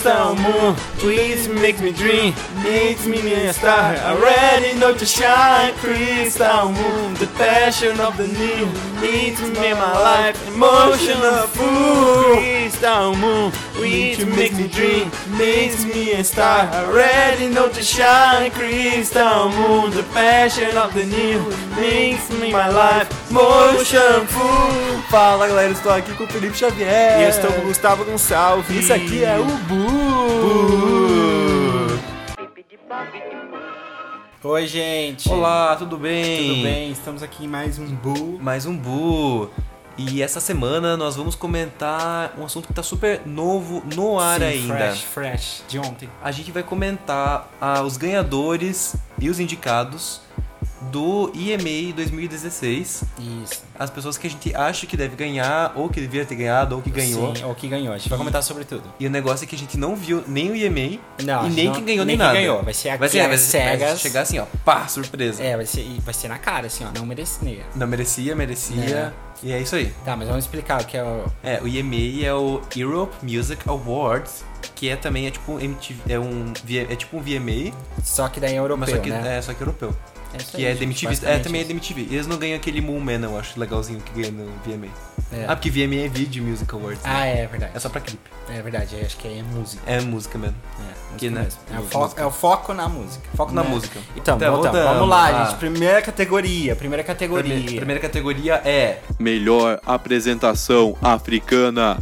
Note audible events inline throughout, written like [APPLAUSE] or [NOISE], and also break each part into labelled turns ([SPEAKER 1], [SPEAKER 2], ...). [SPEAKER 1] someone. Please makes me dream, makes me a star. I already know to shine, crystal moon. The passion of the new needs me in my life. Emotional fool, crystal moon. Please makes me dream, makes me a star. I already know to shine, crystal moon. The passion of the new makes me my life. Motion fool.
[SPEAKER 2] Fala galera, estou aqui com o Felipe Xavier.
[SPEAKER 1] E eu estou com o Gustavo Gonçalves.
[SPEAKER 2] Isso aqui é o Bu.
[SPEAKER 1] Oi, gente.
[SPEAKER 2] Olá, tudo bem?
[SPEAKER 1] Tudo bem? Estamos aqui em mais um Bu.
[SPEAKER 2] Mais um Bu. E essa semana nós vamos comentar um assunto que tá super novo no ar
[SPEAKER 1] Sim,
[SPEAKER 2] ainda.
[SPEAKER 1] Fresh, fresh, de ontem.
[SPEAKER 2] A gente vai comentar ah, os ganhadores e os indicados do IMA 2016.
[SPEAKER 1] Isso.
[SPEAKER 2] As pessoas que a gente acha que deve ganhar, ou que devia ter ganhado, ou é que ganhou.
[SPEAKER 1] Sim, o que ganhou. A gente vai comentar sobre tudo.
[SPEAKER 2] E o negócio é que a gente não viu nem o IMA e
[SPEAKER 1] Não, a gente
[SPEAKER 2] nem
[SPEAKER 1] não-
[SPEAKER 2] quem ganhou nem,
[SPEAKER 1] nem quem
[SPEAKER 2] nada.
[SPEAKER 1] ganhou. Vai ser
[SPEAKER 2] vai ser,
[SPEAKER 1] aqui
[SPEAKER 2] vai
[SPEAKER 1] às
[SPEAKER 2] ser- vai
[SPEAKER 1] cegas.
[SPEAKER 2] chegar assim, ó, pá, surpresa.
[SPEAKER 1] É, vai ser, e vai ser na cara, assim, ó. Não merecia.
[SPEAKER 2] Não merecia, merecia. E é isso aí.
[SPEAKER 1] Tá, mas vamos explicar o que é o.
[SPEAKER 2] É, o EMA é o Europe Music Awards, que é também é tipo um MTV, é um V- é tipo um VMA,
[SPEAKER 1] Só que daí é europeu,
[SPEAKER 2] mas só que
[SPEAKER 1] né?
[SPEAKER 2] é só que europeu,
[SPEAKER 1] É isso
[SPEAKER 2] que
[SPEAKER 1] aí,
[SPEAKER 2] é
[SPEAKER 1] gente,
[SPEAKER 2] da MTV, é
[SPEAKER 1] basicamente
[SPEAKER 2] também é da
[SPEAKER 1] isso.
[SPEAKER 2] MTV. Eles não ganham aquele Moonman, eu acho legalzinho que ganha no VMA.
[SPEAKER 1] É.
[SPEAKER 2] Ah, porque VMA é Video Music Awards. né?
[SPEAKER 1] Ah, é verdade.
[SPEAKER 2] É só pra clipe.
[SPEAKER 1] É verdade, eu acho que aí é música.
[SPEAKER 2] É música mesmo.
[SPEAKER 1] É, música
[SPEAKER 2] Que, né?
[SPEAKER 1] mesmo. É, o
[SPEAKER 2] Música.
[SPEAKER 1] foco, é o foco na música.
[SPEAKER 2] Foco na
[SPEAKER 1] Né?
[SPEAKER 2] música.
[SPEAKER 1] Então,
[SPEAKER 2] Tá,
[SPEAKER 1] voltamos.
[SPEAKER 2] voltamos.
[SPEAKER 1] Vamos lá,
[SPEAKER 2] Ah.
[SPEAKER 1] gente. Primeira categoria, primeira categoria.
[SPEAKER 2] Primeira, primeira categoria é
[SPEAKER 3] Melhor apresentação africana.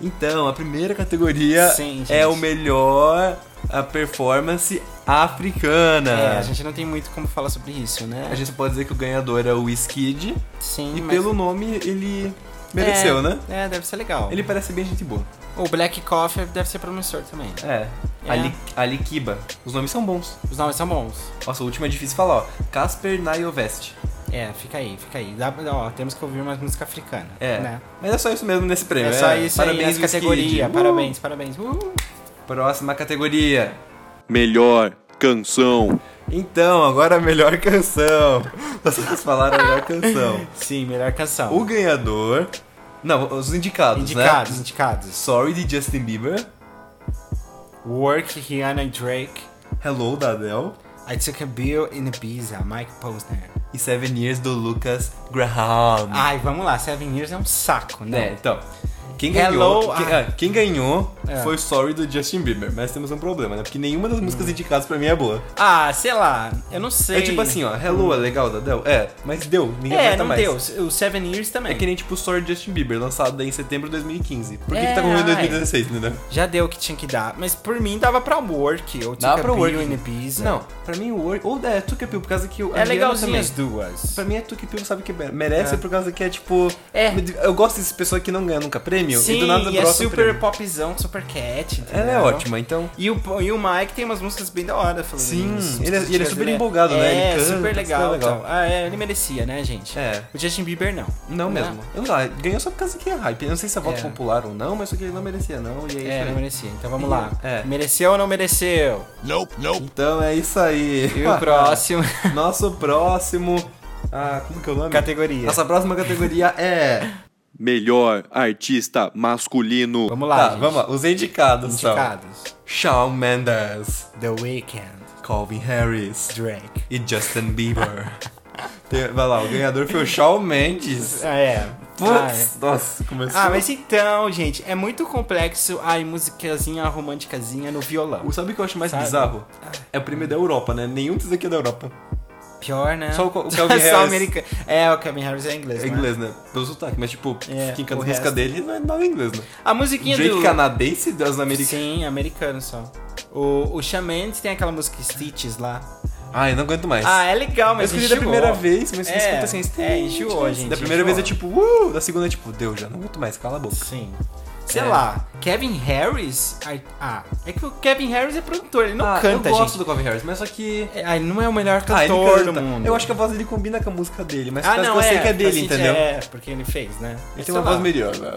[SPEAKER 2] Então, a primeira categoria
[SPEAKER 1] Sim, gente.
[SPEAKER 2] é o melhor a performance africana.
[SPEAKER 1] É, a gente não tem muito como falar sobre isso, né?
[SPEAKER 2] A gente pode dizer que o ganhador é o Skid.
[SPEAKER 1] Sim,
[SPEAKER 2] E
[SPEAKER 1] mas-
[SPEAKER 2] pelo nome ele mereceu,
[SPEAKER 1] É,
[SPEAKER 2] né?
[SPEAKER 1] É, deve ser legal.
[SPEAKER 2] Ele parece bem gente boa.
[SPEAKER 1] O Black Coffee deve ser promissor também.
[SPEAKER 2] É.
[SPEAKER 1] É.
[SPEAKER 2] Ali, Alikiba. Os nomes são bons.
[SPEAKER 1] Os nomes são bons.
[SPEAKER 2] Nossa, o último é difícil falar, ó. Casper Nayovest.
[SPEAKER 1] É, fica aí, fica aí. Dá, ó, temos que ouvir umas músicas africanas.
[SPEAKER 2] É.
[SPEAKER 1] Né?
[SPEAKER 2] Mas é só isso mesmo nesse prêmio.
[SPEAKER 1] É só isso
[SPEAKER 2] Parabéns,
[SPEAKER 1] aí nessa
[SPEAKER 2] Skid.
[SPEAKER 1] categoria.
[SPEAKER 2] Uh!
[SPEAKER 1] Parabéns, parabéns. Uh!
[SPEAKER 2] Próxima categoria.
[SPEAKER 3] Melhor canção.
[SPEAKER 2] Então, agora a melhor canção. [LAUGHS] Vocês falaram a melhor canção.
[SPEAKER 1] Sim, melhor canção.
[SPEAKER 2] O ganhador. Não, os indicados,
[SPEAKER 1] indicados,
[SPEAKER 2] né?
[SPEAKER 1] indicados.
[SPEAKER 2] Sorry de Justin Bieber.
[SPEAKER 1] Work, Rihanna e Drake.
[SPEAKER 2] Hello da Adele.
[SPEAKER 1] I took a bill in Ibiza, Mike Posner.
[SPEAKER 2] E Seven Years do Lucas Graham.
[SPEAKER 1] Ai, vamos lá, Seven Years é um saco,
[SPEAKER 2] É,
[SPEAKER 1] né?
[SPEAKER 2] Ah, então. Quem
[SPEAKER 1] Hello,
[SPEAKER 2] ganhou, quem,
[SPEAKER 1] ah.
[SPEAKER 2] ah, quem ganhou
[SPEAKER 1] É.
[SPEAKER 2] foi Sorry do Justin Bieber, mas temos um problema, né? Porque nenhuma das músicas indicadas pra mim é boa.
[SPEAKER 1] Ah, sei lá, eu não sei.
[SPEAKER 2] É tipo assim, ó, Hello é legal da Adele? É, mas deu, ninguém
[SPEAKER 1] É,
[SPEAKER 2] aguenta
[SPEAKER 1] não
[SPEAKER 2] mais.
[SPEAKER 1] deu. O Seven Years também.
[SPEAKER 2] É que nem tipo Sorry do Justin Bieber, lançado em setembro de 2015. Por que,
[SPEAKER 1] É,
[SPEAKER 2] que tá concorrendo em
[SPEAKER 1] ai.
[SPEAKER 2] 2016, entendeu?
[SPEAKER 1] Já deu o que tinha que dar. Mas por mim dava pra Work. Ou
[SPEAKER 2] Dá
[SPEAKER 1] Took
[SPEAKER 2] pra
[SPEAKER 1] a
[SPEAKER 2] Work.
[SPEAKER 1] Bill in Ibiza.
[SPEAKER 2] Não, pra mim o Work. Ou é Took a Pill, por causa que o.
[SPEAKER 1] É
[SPEAKER 2] a Rihanna
[SPEAKER 1] legalzinho
[SPEAKER 2] também.
[SPEAKER 1] as duas.
[SPEAKER 2] Pra mim é Took a Pill, sabe que merece,
[SPEAKER 1] É.
[SPEAKER 2] por causa que é tipo.
[SPEAKER 1] É.
[SPEAKER 2] Eu gosto desse pessoa que não ganha nunca prêmio
[SPEAKER 1] Sim,
[SPEAKER 2] e do nada
[SPEAKER 1] e é
[SPEAKER 2] brota o
[SPEAKER 1] super
[SPEAKER 2] prêmio.
[SPEAKER 1] popzão, super cat. entendeu?
[SPEAKER 2] Ela é ótima, então.
[SPEAKER 1] E o, e o Mike tem umas músicas bem da hora falando
[SPEAKER 2] Sim,
[SPEAKER 1] isso.
[SPEAKER 2] ele é-
[SPEAKER 1] Músicas
[SPEAKER 2] ele é super
[SPEAKER 1] brasileiras.
[SPEAKER 2] empolgado, né?
[SPEAKER 1] É,
[SPEAKER 2] Ele canta,
[SPEAKER 1] super legal.
[SPEAKER 2] super legal.
[SPEAKER 1] tal. Ah, é, ele merecia, né, gente?
[SPEAKER 2] É.
[SPEAKER 1] O Justin Bieber não.
[SPEAKER 2] Não
[SPEAKER 1] Né?
[SPEAKER 2] mesmo. Eu não sei, ganhou só por causa que é hype. Eu não sei se é voto
[SPEAKER 1] É.
[SPEAKER 2] popular ou não, mas só que ele não merecia, não. E é,
[SPEAKER 1] É, não
[SPEAKER 2] isso aí.
[SPEAKER 1] merecia. Então vamos lá.
[SPEAKER 2] É.
[SPEAKER 1] Mereceu ou não mereceu?
[SPEAKER 3] Nope, nope.
[SPEAKER 2] Então é isso aí.
[SPEAKER 1] E o próximo?
[SPEAKER 2] [LAUGHS]
[SPEAKER 1] [LAUGHS]
[SPEAKER 2] Nosso próximo. Ah, como que é o nome?
[SPEAKER 1] Categoria.
[SPEAKER 2] Nossa próxima categoria é.
[SPEAKER 3] Melhor artista masculino.
[SPEAKER 1] Vamos lá,
[SPEAKER 2] tá,
[SPEAKER 1] gente.
[SPEAKER 2] vamos lá. Os indicados,
[SPEAKER 1] Indicados.
[SPEAKER 2] são Shawn Mendes,
[SPEAKER 1] The Weeknd,
[SPEAKER 2] Calvin Harris
[SPEAKER 1] Drake.
[SPEAKER 2] e Justin
[SPEAKER 1] [LAUGHS]
[SPEAKER 2] Bieber. Tem- Vai lá, o ganhador foi o Shawn Mendes.
[SPEAKER 1] Ah, é.
[SPEAKER 2] Putz, nossa, começou.
[SPEAKER 1] Ah, é. ah, mas então, gente, é muito complexo a musicazinha românticazinha no violão.
[SPEAKER 2] O- Sabe o que eu acho mais
[SPEAKER 1] Sabe? Ah.
[SPEAKER 2] bizarro? É o prêmio da Europa, né? Nenhum desses aqui é da Europa.
[SPEAKER 1] Pior, né?
[SPEAKER 2] Só o-
[SPEAKER 1] [LAUGHS]
[SPEAKER 2] o Calvin
[SPEAKER 1] Só
[SPEAKER 2] Harris.
[SPEAKER 1] americano. É, o Calvin Harris é inglês.
[SPEAKER 2] É
[SPEAKER 1] né?
[SPEAKER 2] inglês, né? Pelo sotaque, mas tipo,
[SPEAKER 1] É,
[SPEAKER 2] quem canta
[SPEAKER 1] o
[SPEAKER 2] a música
[SPEAKER 1] resto.
[SPEAKER 2] dele não é nada inglês, né?
[SPEAKER 1] A musiquinha
[SPEAKER 2] Drake
[SPEAKER 1] do.
[SPEAKER 2] canadense das americanas.
[SPEAKER 1] Sim, americano só. O, o Shawn Mendes tem aquela música Stitches lá.
[SPEAKER 2] Ai, não aguento mais.
[SPEAKER 1] Ah, é legal,
[SPEAKER 2] eu
[SPEAKER 1] mas
[SPEAKER 2] escutei da
[SPEAKER 1] enjoou.
[SPEAKER 2] primeira vez, mas
[SPEAKER 1] É,
[SPEAKER 2] escuta assim,
[SPEAKER 1] é,
[SPEAKER 2] stitches.
[SPEAKER 1] enjoou, gente,
[SPEAKER 2] Da primeira
[SPEAKER 1] enjoou.
[SPEAKER 2] vez é tipo, uh, da segunda é tipo, deu já, não aguento mais, cala a boca.
[SPEAKER 1] Sim. Sei
[SPEAKER 2] É.
[SPEAKER 1] lá, Kevin Harris. ai, Ah, é que o Kevin Harris é produtor, ele não
[SPEAKER 2] ah,
[SPEAKER 1] canta,
[SPEAKER 2] eu gosto
[SPEAKER 1] gente.
[SPEAKER 2] do Calvin Harris, mas só que...
[SPEAKER 1] É, ah, ele não é o melhor
[SPEAKER 2] Ah, ele
[SPEAKER 1] cantor
[SPEAKER 2] canta.
[SPEAKER 1] do mundo.
[SPEAKER 2] Eu acho que a voz dele combina com a música dele, mas por
[SPEAKER 1] ah,
[SPEAKER 2] causa
[SPEAKER 1] não,
[SPEAKER 2] que eu
[SPEAKER 1] é,
[SPEAKER 2] sei que é dele,
[SPEAKER 1] assim,
[SPEAKER 2] entendeu?
[SPEAKER 1] É, porque ele fez, né?
[SPEAKER 2] Ele
[SPEAKER 1] Mas
[SPEAKER 2] tem uma
[SPEAKER 1] sei
[SPEAKER 2] voz
[SPEAKER 1] lá.
[SPEAKER 2] melhor. né?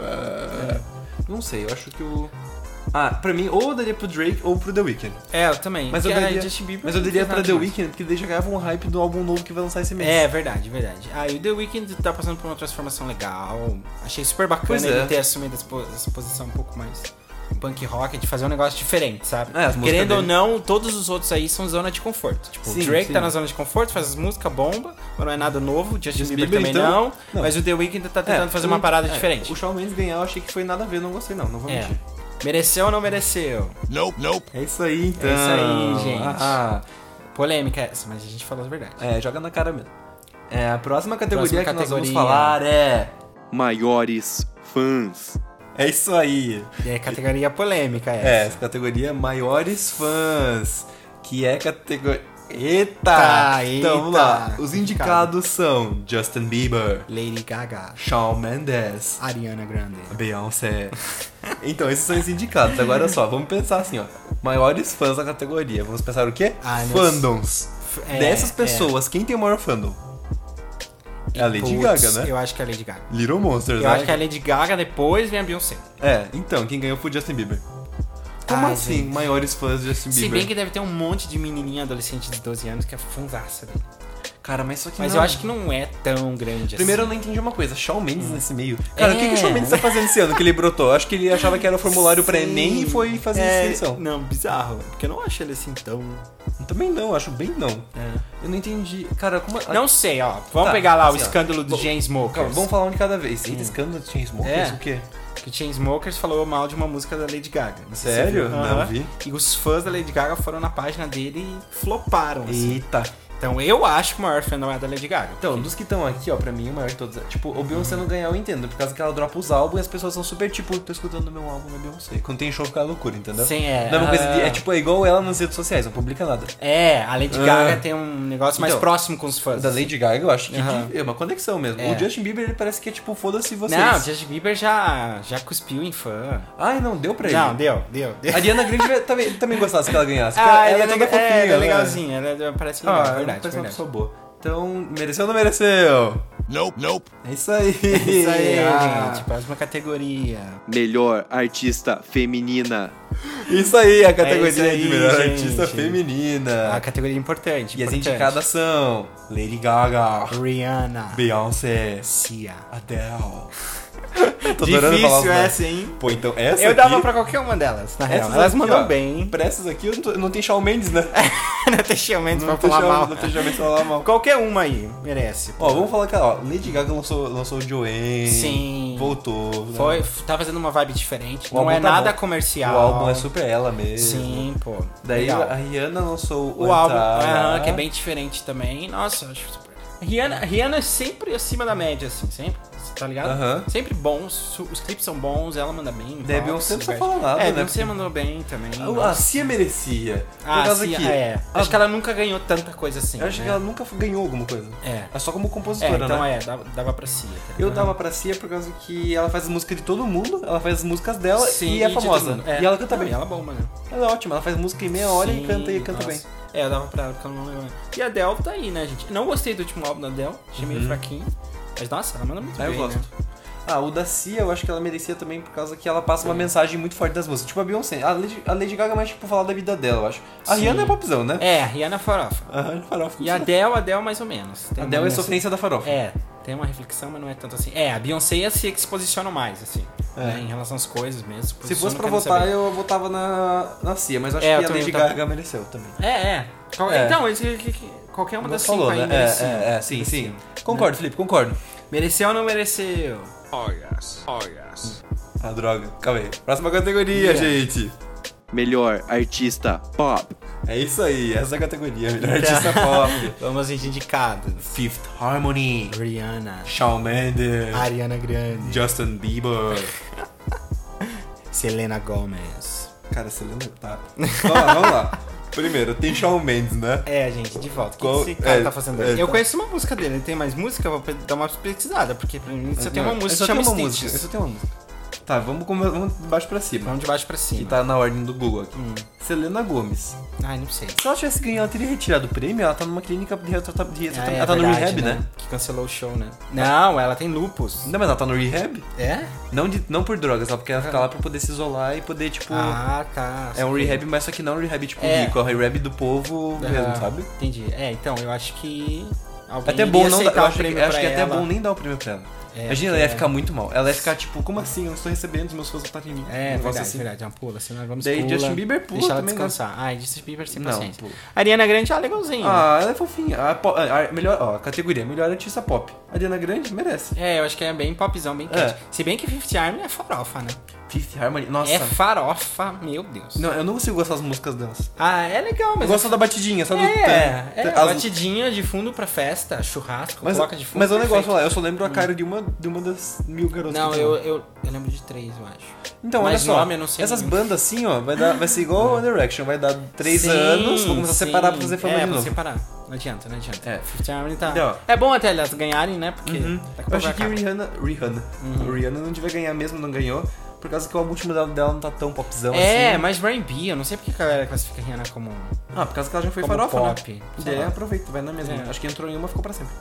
[SPEAKER 2] É. Não sei, eu acho que o... Ah, pra mim, ou eu daria pro Drake ou pro The Weeknd.
[SPEAKER 1] É, eu também.
[SPEAKER 2] Mas eu,
[SPEAKER 1] Porque, ah,
[SPEAKER 2] daria,
[SPEAKER 1] Justin Bieber
[SPEAKER 2] mas eu
[SPEAKER 1] não
[SPEAKER 2] daria
[SPEAKER 1] fez
[SPEAKER 2] pra
[SPEAKER 1] nada
[SPEAKER 2] The
[SPEAKER 1] mais.
[SPEAKER 2] Weeknd, porque daí já ganhava um hype do álbum novo que vai lançar esse mês.
[SPEAKER 1] É, verdade, verdade. Ah, e o The Weeknd tá passando por uma transformação legal. Achei super bacana
[SPEAKER 2] Pois
[SPEAKER 1] ele
[SPEAKER 2] é.
[SPEAKER 1] ter assumido essa po- essa posição um pouco mais punk rock, de fazer um negócio diferente, sabe?
[SPEAKER 2] É, as músicas
[SPEAKER 1] Querendo ou
[SPEAKER 2] dele.
[SPEAKER 1] não, todos os outros aí são zona de conforto. Tipo,
[SPEAKER 2] Sim,
[SPEAKER 1] o Drake
[SPEAKER 2] sim.
[SPEAKER 1] tá na zona de conforto, faz as músicas bomba, mas não é nada novo. Justin
[SPEAKER 2] Justin
[SPEAKER 1] Bieber,
[SPEAKER 2] Bieber,
[SPEAKER 1] também
[SPEAKER 2] então,
[SPEAKER 1] não,
[SPEAKER 2] não.
[SPEAKER 1] Mas o The Weeknd tá tentando
[SPEAKER 2] É,
[SPEAKER 1] fazer uma parada
[SPEAKER 2] é,
[SPEAKER 1] diferente.
[SPEAKER 2] O Shawn Mendes ganhar, eu achei que foi nada a ver, não gostei não, não vou
[SPEAKER 1] É.
[SPEAKER 2] mentir.
[SPEAKER 1] Mereceu ou não mereceu?
[SPEAKER 2] É isso aí, então.
[SPEAKER 1] É isso aí, gente.
[SPEAKER 2] Ah,
[SPEAKER 1] Polêmica essa, mas a gente falou a verdade.
[SPEAKER 2] é, joga na cara mesmo. É, a próxima categoria
[SPEAKER 1] ah. Próxima
[SPEAKER 2] que nós vamos
[SPEAKER 1] categoria.
[SPEAKER 2] falar é...
[SPEAKER 3] Maiores fãs.
[SPEAKER 2] É isso aí.
[SPEAKER 1] E é categoria polêmica
[SPEAKER 2] É,
[SPEAKER 1] essa.
[SPEAKER 2] essa categoria é maiores fãs, que é categoria... Eita!
[SPEAKER 1] Tá,
[SPEAKER 2] então, vamos
[SPEAKER 1] eita.
[SPEAKER 2] lá. Os indicados são Justin Bieber,
[SPEAKER 1] Lady Gaga,
[SPEAKER 2] Shawn Mendes,
[SPEAKER 1] Ariana Grande. [LAUGHS]
[SPEAKER 2] Beyoncé. então, esses são os indicados. Agora só, vamos pensar assim, ó. Maiores fãs da categoria. Vamos pensar o quê?
[SPEAKER 1] Ah, nós-
[SPEAKER 2] Fandoms.
[SPEAKER 1] é,
[SPEAKER 2] Dessas
[SPEAKER 1] é.
[SPEAKER 2] pessoas, quem tem o maior fandom? É a Lady
[SPEAKER 1] Putz,
[SPEAKER 2] Gaga, né?
[SPEAKER 1] Eu acho que é a Lady Gaga.
[SPEAKER 2] Little Monsters,
[SPEAKER 1] Eu
[SPEAKER 2] né?
[SPEAKER 1] acho que é a Lady Gaga, depois vem a Beyoncé.
[SPEAKER 2] É, então, quem ganhou foi o Justin Bieber. Como
[SPEAKER 1] Ah,
[SPEAKER 2] assim, maiores fãs de Justin
[SPEAKER 1] Se
[SPEAKER 2] Bieber?
[SPEAKER 1] bem que deve ter um monte de menininha adolescente de 12 anos que é fundaça dele.
[SPEAKER 2] Cara, mas só que
[SPEAKER 1] Mas
[SPEAKER 2] não. um
[SPEAKER 1] eu acho que não é tão grande
[SPEAKER 2] Primeiro eu
[SPEAKER 1] assim.
[SPEAKER 2] não entendi uma coisa, Shawn Mendes nesse meio. Cara, o que, que o
[SPEAKER 1] É.
[SPEAKER 2] Shawn Mendes tá fazendo esse ano que ele brotou? Acho que ele achava que era o formulário pra
[SPEAKER 1] Sim.
[SPEAKER 2] Enem e foi fazer
[SPEAKER 1] É,
[SPEAKER 2] inscrição.
[SPEAKER 1] Não, bizarro. Porque eu não acho ele assim tão.
[SPEAKER 2] Também não, acho bem não. Eu não entendi. Cara, como.
[SPEAKER 1] Não sei, ó. Vamos
[SPEAKER 2] É. Tá,
[SPEAKER 1] pegar lá o
[SPEAKER 2] assim, ó.
[SPEAKER 1] escândalo do
[SPEAKER 2] Bom,
[SPEAKER 1] James Smokers.
[SPEAKER 2] Calma, vamos falar um de cada vez. Eita, escândalo de Chainsmokers?
[SPEAKER 1] É.
[SPEAKER 2] O quê?
[SPEAKER 1] Que o Chainsmokers falou mal de uma música da Lady Gaga. Não sei se
[SPEAKER 2] Sério?
[SPEAKER 1] você viu.
[SPEAKER 2] Não
[SPEAKER 1] Aham.
[SPEAKER 2] vi.
[SPEAKER 1] E os fãs da Lady Gaga foram na página dele e floparam. assim.
[SPEAKER 2] Eita.
[SPEAKER 1] Então eu acho que o maior fandom é da Lady Gaga.
[SPEAKER 2] Então, dos que estão aqui, ó, pra mim o maior de todos. é- Tipo, o Beyoncé não ganhar, eu entendo. Por causa que ela dropa os álbuns e as pessoas são super tipo, tô escutando meu álbum da Beyoncé. Quando tem show fica loucura, entendeu?
[SPEAKER 1] Sim, é.
[SPEAKER 2] Não é uma coisa de-
[SPEAKER 1] Ah.
[SPEAKER 2] É tipo, é igual ela nas redes sociais, não publica nada.
[SPEAKER 1] É, a Lady
[SPEAKER 2] Ah.
[SPEAKER 1] Gaga tem um negócio mais
[SPEAKER 2] Então,
[SPEAKER 1] próximo com os fãs.
[SPEAKER 2] Da Lady Gaga, eu acho que
[SPEAKER 1] Aham.
[SPEAKER 2] que é uma conexão mesmo.
[SPEAKER 1] É.
[SPEAKER 2] O Justin Bieber, ele parece que é tipo, foda-se vocês.
[SPEAKER 1] Não, o Justin Bieber já, já cuspiu em fã.
[SPEAKER 2] Ai, não, deu pra ele.
[SPEAKER 1] Não, deu, deu, deu.
[SPEAKER 2] A Ariana Grande também, também gostasse que ela ganhasse. porque
[SPEAKER 1] [LAUGHS] Ah,
[SPEAKER 2] ela,
[SPEAKER 1] ela,
[SPEAKER 2] é toda
[SPEAKER 1] é,
[SPEAKER 2] fofinha.
[SPEAKER 1] ela é
[SPEAKER 2] né?
[SPEAKER 1] legalzinha, ela é- parece legal,
[SPEAKER 2] Ah,
[SPEAKER 1] é verdade,
[SPEAKER 2] parece uma
[SPEAKER 1] verdade.
[SPEAKER 2] pessoa boa. Então, mereceu ou não mereceu?
[SPEAKER 3] Nope, nope.
[SPEAKER 2] É isso aí.
[SPEAKER 1] Isso aí,
[SPEAKER 2] Ah.
[SPEAKER 1] gente, próxima categoria.
[SPEAKER 3] Melhor artista feminina.
[SPEAKER 2] Isso aí, a categoria
[SPEAKER 1] É isso aí,
[SPEAKER 2] de melhor
[SPEAKER 1] gente.
[SPEAKER 2] artista
[SPEAKER 1] A
[SPEAKER 2] feminina.
[SPEAKER 1] categoria importante,
[SPEAKER 2] E as
[SPEAKER 1] importante.
[SPEAKER 2] indicadas são Lady Gaga,
[SPEAKER 1] Rihanna,
[SPEAKER 2] Beyoncé,
[SPEAKER 1] Cia.
[SPEAKER 2] Adele. [LAUGHS] Tô adorando falar os
[SPEAKER 1] Difícil
[SPEAKER 2] nomes.
[SPEAKER 1] essa, hein?
[SPEAKER 2] Pô, então essa
[SPEAKER 1] Eu dava
[SPEAKER 2] aqui...
[SPEAKER 1] pra qualquer uma delas, na real.
[SPEAKER 2] Essas
[SPEAKER 1] Elas
[SPEAKER 2] aqui,
[SPEAKER 1] mandam
[SPEAKER 2] ó,
[SPEAKER 1] bem, [LAUGHS] hein?
[SPEAKER 2] Pra essas aqui eu não, tô- não tem Shawn Mendes,
[SPEAKER 1] [LAUGHS]
[SPEAKER 2] né?
[SPEAKER 1] Não tem chamento pra
[SPEAKER 2] tem
[SPEAKER 1] falar
[SPEAKER 2] Shawn-
[SPEAKER 1] mal.
[SPEAKER 2] Não tem Shawn Mendes pra falar mal.
[SPEAKER 1] Qualquer uma aí merece.
[SPEAKER 2] Ó, vamos falar que ó, Lady Gaga lançou, lançou o Joanne.
[SPEAKER 1] Sim.
[SPEAKER 2] Voltou. né?
[SPEAKER 1] Foi, tá fazendo uma vibe diferente.
[SPEAKER 2] O
[SPEAKER 1] não
[SPEAKER 2] álbum
[SPEAKER 1] é
[SPEAKER 2] tá
[SPEAKER 1] nada
[SPEAKER 2] bom. O
[SPEAKER 1] comercial.
[SPEAKER 2] álbum é super ela mesmo.
[SPEAKER 1] Sim, pô.
[SPEAKER 2] Daí
[SPEAKER 1] Legal.
[SPEAKER 2] a Rihanna tá- lançou o
[SPEAKER 1] o álbum,
[SPEAKER 2] Antar.
[SPEAKER 1] aham, que é bem diferente também. Nossa, eu acho super. Rihanna, Rihanna é sempre acima da média, assim, sempre. Cê Tá ligado?
[SPEAKER 2] Aham.
[SPEAKER 1] Sempre bons, su- os clipes são bons, ela manda bem.
[SPEAKER 2] Daí a
[SPEAKER 1] voz,
[SPEAKER 2] Beyoncé não precisa
[SPEAKER 1] lugar.
[SPEAKER 2] falar nada,
[SPEAKER 1] É,
[SPEAKER 2] né?
[SPEAKER 1] Beyoncé mandou bem também.
[SPEAKER 2] Ah, A- A Cia merecia. Por
[SPEAKER 1] Ah,
[SPEAKER 2] causa
[SPEAKER 1] sim,
[SPEAKER 2] que.
[SPEAKER 1] é.
[SPEAKER 2] a-
[SPEAKER 1] Acho que ela nunca ganhou tanta coisa assim.
[SPEAKER 2] Eu acho
[SPEAKER 1] né?
[SPEAKER 2] que ela nunca ganhou alguma coisa.
[SPEAKER 1] É.
[SPEAKER 2] É só como
[SPEAKER 1] É,
[SPEAKER 2] compositora,
[SPEAKER 1] então
[SPEAKER 2] né?
[SPEAKER 1] é, dava, dava pra si. tá
[SPEAKER 2] Eu
[SPEAKER 1] ligado?
[SPEAKER 2] dava pra Cia por causa que ela faz as músicas de todo mundo, ela faz as músicas dela
[SPEAKER 1] Sim,
[SPEAKER 2] e é
[SPEAKER 1] de todo
[SPEAKER 2] famosa.
[SPEAKER 1] mundo. É.
[SPEAKER 2] E ela canta
[SPEAKER 1] Não,
[SPEAKER 2] bem.
[SPEAKER 1] e ela é bomba, né?
[SPEAKER 2] Ela é ótima, ela faz música em meia hora
[SPEAKER 1] Sim,
[SPEAKER 2] e canta e canta
[SPEAKER 1] nossa.
[SPEAKER 2] bem.
[SPEAKER 1] É, eu dava pra ela porque ela não lembra. E a Adele tá aí, né, gente? Não gostei do último álbum da Adele, achei meio fraquinho. Mas nossa, ela manda muito
[SPEAKER 2] Uhum. Ah, eu
[SPEAKER 1] bem.
[SPEAKER 2] gosto.
[SPEAKER 1] né?
[SPEAKER 2] Ah, o da Cia eu acho que ela merecia também por causa que ela passa uma mensagem muito forte das músicas. Tipo a Beyoncé. A Lady, a Lady Gaga é mais tipo falar da vida dela, eu acho. A
[SPEAKER 1] Sim.
[SPEAKER 2] Rihanna é popzão, né?
[SPEAKER 1] É, a Rihanna Farofa.
[SPEAKER 2] Aham, farofa.
[SPEAKER 1] E a Adele, a Adele mais ou menos. Tem
[SPEAKER 2] A
[SPEAKER 1] uma
[SPEAKER 2] Del é
[SPEAKER 1] nessa-
[SPEAKER 2] sofrência da farofa.
[SPEAKER 1] É, tem uma reflexão, mas não é tanto assim. É, a Beyoncé e a Cia que se posicionam mais, assim.
[SPEAKER 2] É.
[SPEAKER 1] né, em relação às coisas mesmo. se
[SPEAKER 2] Se fosse
[SPEAKER 1] posicionam
[SPEAKER 2] pra
[SPEAKER 1] querendo
[SPEAKER 2] votar,
[SPEAKER 1] saber.
[SPEAKER 2] eu votava na, na Cia, mas eu acho
[SPEAKER 1] É, eu
[SPEAKER 2] que a
[SPEAKER 1] também
[SPEAKER 2] Lady
[SPEAKER 1] votava.
[SPEAKER 2] Gaga mereceu também.
[SPEAKER 1] É, é. Qual-
[SPEAKER 2] É.
[SPEAKER 1] Então, esse- que- que- qualquer uma
[SPEAKER 2] Como
[SPEAKER 1] das cinco
[SPEAKER 2] falou,
[SPEAKER 1] aí
[SPEAKER 2] né?
[SPEAKER 1] merecia.
[SPEAKER 2] É, é, é, sim,
[SPEAKER 1] Merecia. Né?
[SPEAKER 2] sim. Concordo, Felipe, concordo.
[SPEAKER 1] Mereceu ou não mereceu?
[SPEAKER 2] Ah, droga. Calma aí. Próxima categoria,
[SPEAKER 1] Yeah.
[SPEAKER 2] gente.
[SPEAKER 3] Melhor artista pop.
[SPEAKER 2] É isso aí, essa é a categoria. Melhor artista pop.
[SPEAKER 1] [LAUGHS] Vamos aos indicados.
[SPEAKER 2] Fifth Harmony.
[SPEAKER 1] Rihanna,
[SPEAKER 2] Shawn Mendes.
[SPEAKER 1] Ariana Grande,
[SPEAKER 2] Justin Bieber.
[SPEAKER 1] Selena Gomez.
[SPEAKER 2] Cara, Selena tá. Vamos lá, vamos lá. Primeiro, tem Shawn Mendes, né?
[SPEAKER 1] É, gente, de volta. O que
[SPEAKER 2] Qual-
[SPEAKER 1] esse cara
[SPEAKER 2] é,
[SPEAKER 1] tá fazendo
[SPEAKER 2] é,
[SPEAKER 1] aí? Eu
[SPEAKER 2] tá.
[SPEAKER 1] conheço uma música dele, ele tem mais música? Eu vou pe- dar uma pesquisada, porque pra mim só tem uma
[SPEAKER 2] Não,
[SPEAKER 1] música
[SPEAKER 2] Uhum. eu
[SPEAKER 1] que
[SPEAKER 2] só
[SPEAKER 1] chama
[SPEAKER 2] tenho uma música,
[SPEAKER 1] Stitches.
[SPEAKER 2] eu só tenho uma música. Tá, vamos, come- vamos de baixo pra cima.
[SPEAKER 1] Vamos de baixo pra cima.
[SPEAKER 2] Que tá na ordem do Google aqui.
[SPEAKER 1] Hum.
[SPEAKER 2] Selena Gomes.
[SPEAKER 1] Ai, não sei.
[SPEAKER 2] Se ela tivesse ganho, ela teria retirado o prêmio. Ela tá numa clínica de retratamento. De
[SPEAKER 1] Ah,
[SPEAKER 2] retratamento.
[SPEAKER 1] é
[SPEAKER 2] ela tá no
[SPEAKER 1] verdade,
[SPEAKER 2] rehab, né?
[SPEAKER 1] Que cancelou o show, né? Não, ela tem lupus.
[SPEAKER 2] Não, mas ela tá no rehab?
[SPEAKER 1] É?
[SPEAKER 2] Não, de- não por drogas, ela quer ficar lá pra poder se isolar e poder, tipo.
[SPEAKER 1] Ah, tá.
[SPEAKER 2] é um rehab, mas só que não é um rehab tipo
[SPEAKER 1] É.
[SPEAKER 2] rico, é um rehab do povo mesmo, sabe?
[SPEAKER 1] Entendi. Ah, É, então, eu acho que. Alguém
[SPEAKER 2] É até
[SPEAKER 1] iria
[SPEAKER 2] bom não dar,
[SPEAKER 1] aceitar
[SPEAKER 2] eu
[SPEAKER 1] o
[SPEAKER 2] acho que,
[SPEAKER 1] prêmio
[SPEAKER 2] acho
[SPEAKER 1] pra
[SPEAKER 2] que é até
[SPEAKER 1] ela.
[SPEAKER 2] bom nem dar o prêmio pra ela.
[SPEAKER 1] É,
[SPEAKER 2] Imagina,
[SPEAKER 1] porque
[SPEAKER 2] ela ia
[SPEAKER 1] é-
[SPEAKER 2] ficar muito mal. Ela ia ficar tipo, como assim? Eu não estou recebendo, os meus fãs não estão em mim.
[SPEAKER 1] É,
[SPEAKER 2] um negócio
[SPEAKER 1] verdade,
[SPEAKER 2] assim.
[SPEAKER 1] verdade. É uma pula, assim, nós vamos
[SPEAKER 2] Daí
[SPEAKER 1] pula,
[SPEAKER 2] Justin Bieber pula
[SPEAKER 1] Deixa ela
[SPEAKER 2] também, né?
[SPEAKER 1] descansar. Ai, Justin Bieber sem
[SPEAKER 2] Não,
[SPEAKER 1] paciência.
[SPEAKER 2] pula.
[SPEAKER 1] Ariana Grande, ah, legalzinho.
[SPEAKER 2] Ah, ela é fofinha. A, po- a- a- melhor, ó, a categoria, melhor artista pop. Ariana Grande merece.
[SPEAKER 1] É, eu acho que é bem popzão, bem
[SPEAKER 2] É.
[SPEAKER 1] quente. Se bem que Fifth Army é farofa, né?
[SPEAKER 2] Fifth Harmony, nossa.
[SPEAKER 1] É farofa, meu Deus.
[SPEAKER 2] Não, eu não consigo gostar das músicas delas.
[SPEAKER 1] Ah, é legal,
[SPEAKER 2] Eu
[SPEAKER 1] mas...
[SPEAKER 2] gosto da batidinha, sabe? do tan,
[SPEAKER 1] É, é,
[SPEAKER 2] tan, as-
[SPEAKER 1] batidinha de fundo pra festa, churrasco,
[SPEAKER 2] Mas,
[SPEAKER 1] coloca de fundo.
[SPEAKER 2] mas é um
[SPEAKER 1] perfeito. Uhum.
[SPEAKER 2] negócio lá, eu só lembro a cara de uma, de uma das mil garotas.
[SPEAKER 1] Não,
[SPEAKER 2] que
[SPEAKER 1] eu,
[SPEAKER 2] tinha.
[SPEAKER 1] eu, eu lembro de três, eu acho.
[SPEAKER 2] Então,
[SPEAKER 1] mas
[SPEAKER 2] olha só.
[SPEAKER 1] nome eu não sei
[SPEAKER 2] essas
[SPEAKER 1] muito. Uhum.
[SPEAKER 2] bandas assim, ó, vai, dar, vai ser igual ao One Direction. Vai dar três
[SPEAKER 1] Sim,
[SPEAKER 2] anos, vou começar a
[SPEAKER 1] sim.
[SPEAKER 2] separar pra fazer fama
[SPEAKER 1] é,
[SPEAKER 2] de
[SPEAKER 1] pra
[SPEAKER 2] novo.
[SPEAKER 1] separar. Não adianta, não adianta.
[SPEAKER 2] É.
[SPEAKER 1] Fifth Harmony tá...
[SPEAKER 2] Então.
[SPEAKER 1] é bom até elas ganharem, né? Porque...
[SPEAKER 2] Uhum.
[SPEAKER 1] tá com
[SPEAKER 2] Eu achei que
[SPEAKER 1] pouca cara.
[SPEAKER 2] Rihanna. Rihanna.
[SPEAKER 1] Uhum.
[SPEAKER 2] Rihanna não devia ganhar mesmo, não ganhou. Por causa que o último dela dela não tá tão popzão
[SPEAKER 1] É,
[SPEAKER 2] assim.
[SPEAKER 1] mas R&B, eu não sei porque a galera classifica a Rihanna como...
[SPEAKER 2] Ah, por causa que ela já foi
[SPEAKER 1] Como
[SPEAKER 2] farofa,
[SPEAKER 1] pop,
[SPEAKER 2] né?
[SPEAKER 1] sei
[SPEAKER 2] Daí
[SPEAKER 1] lá.
[SPEAKER 2] aproveita, vai na mesma.
[SPEAKER 1] É. Tá,
[SPEAKER 2] Acho que entrou em uma, ficou pra sempre.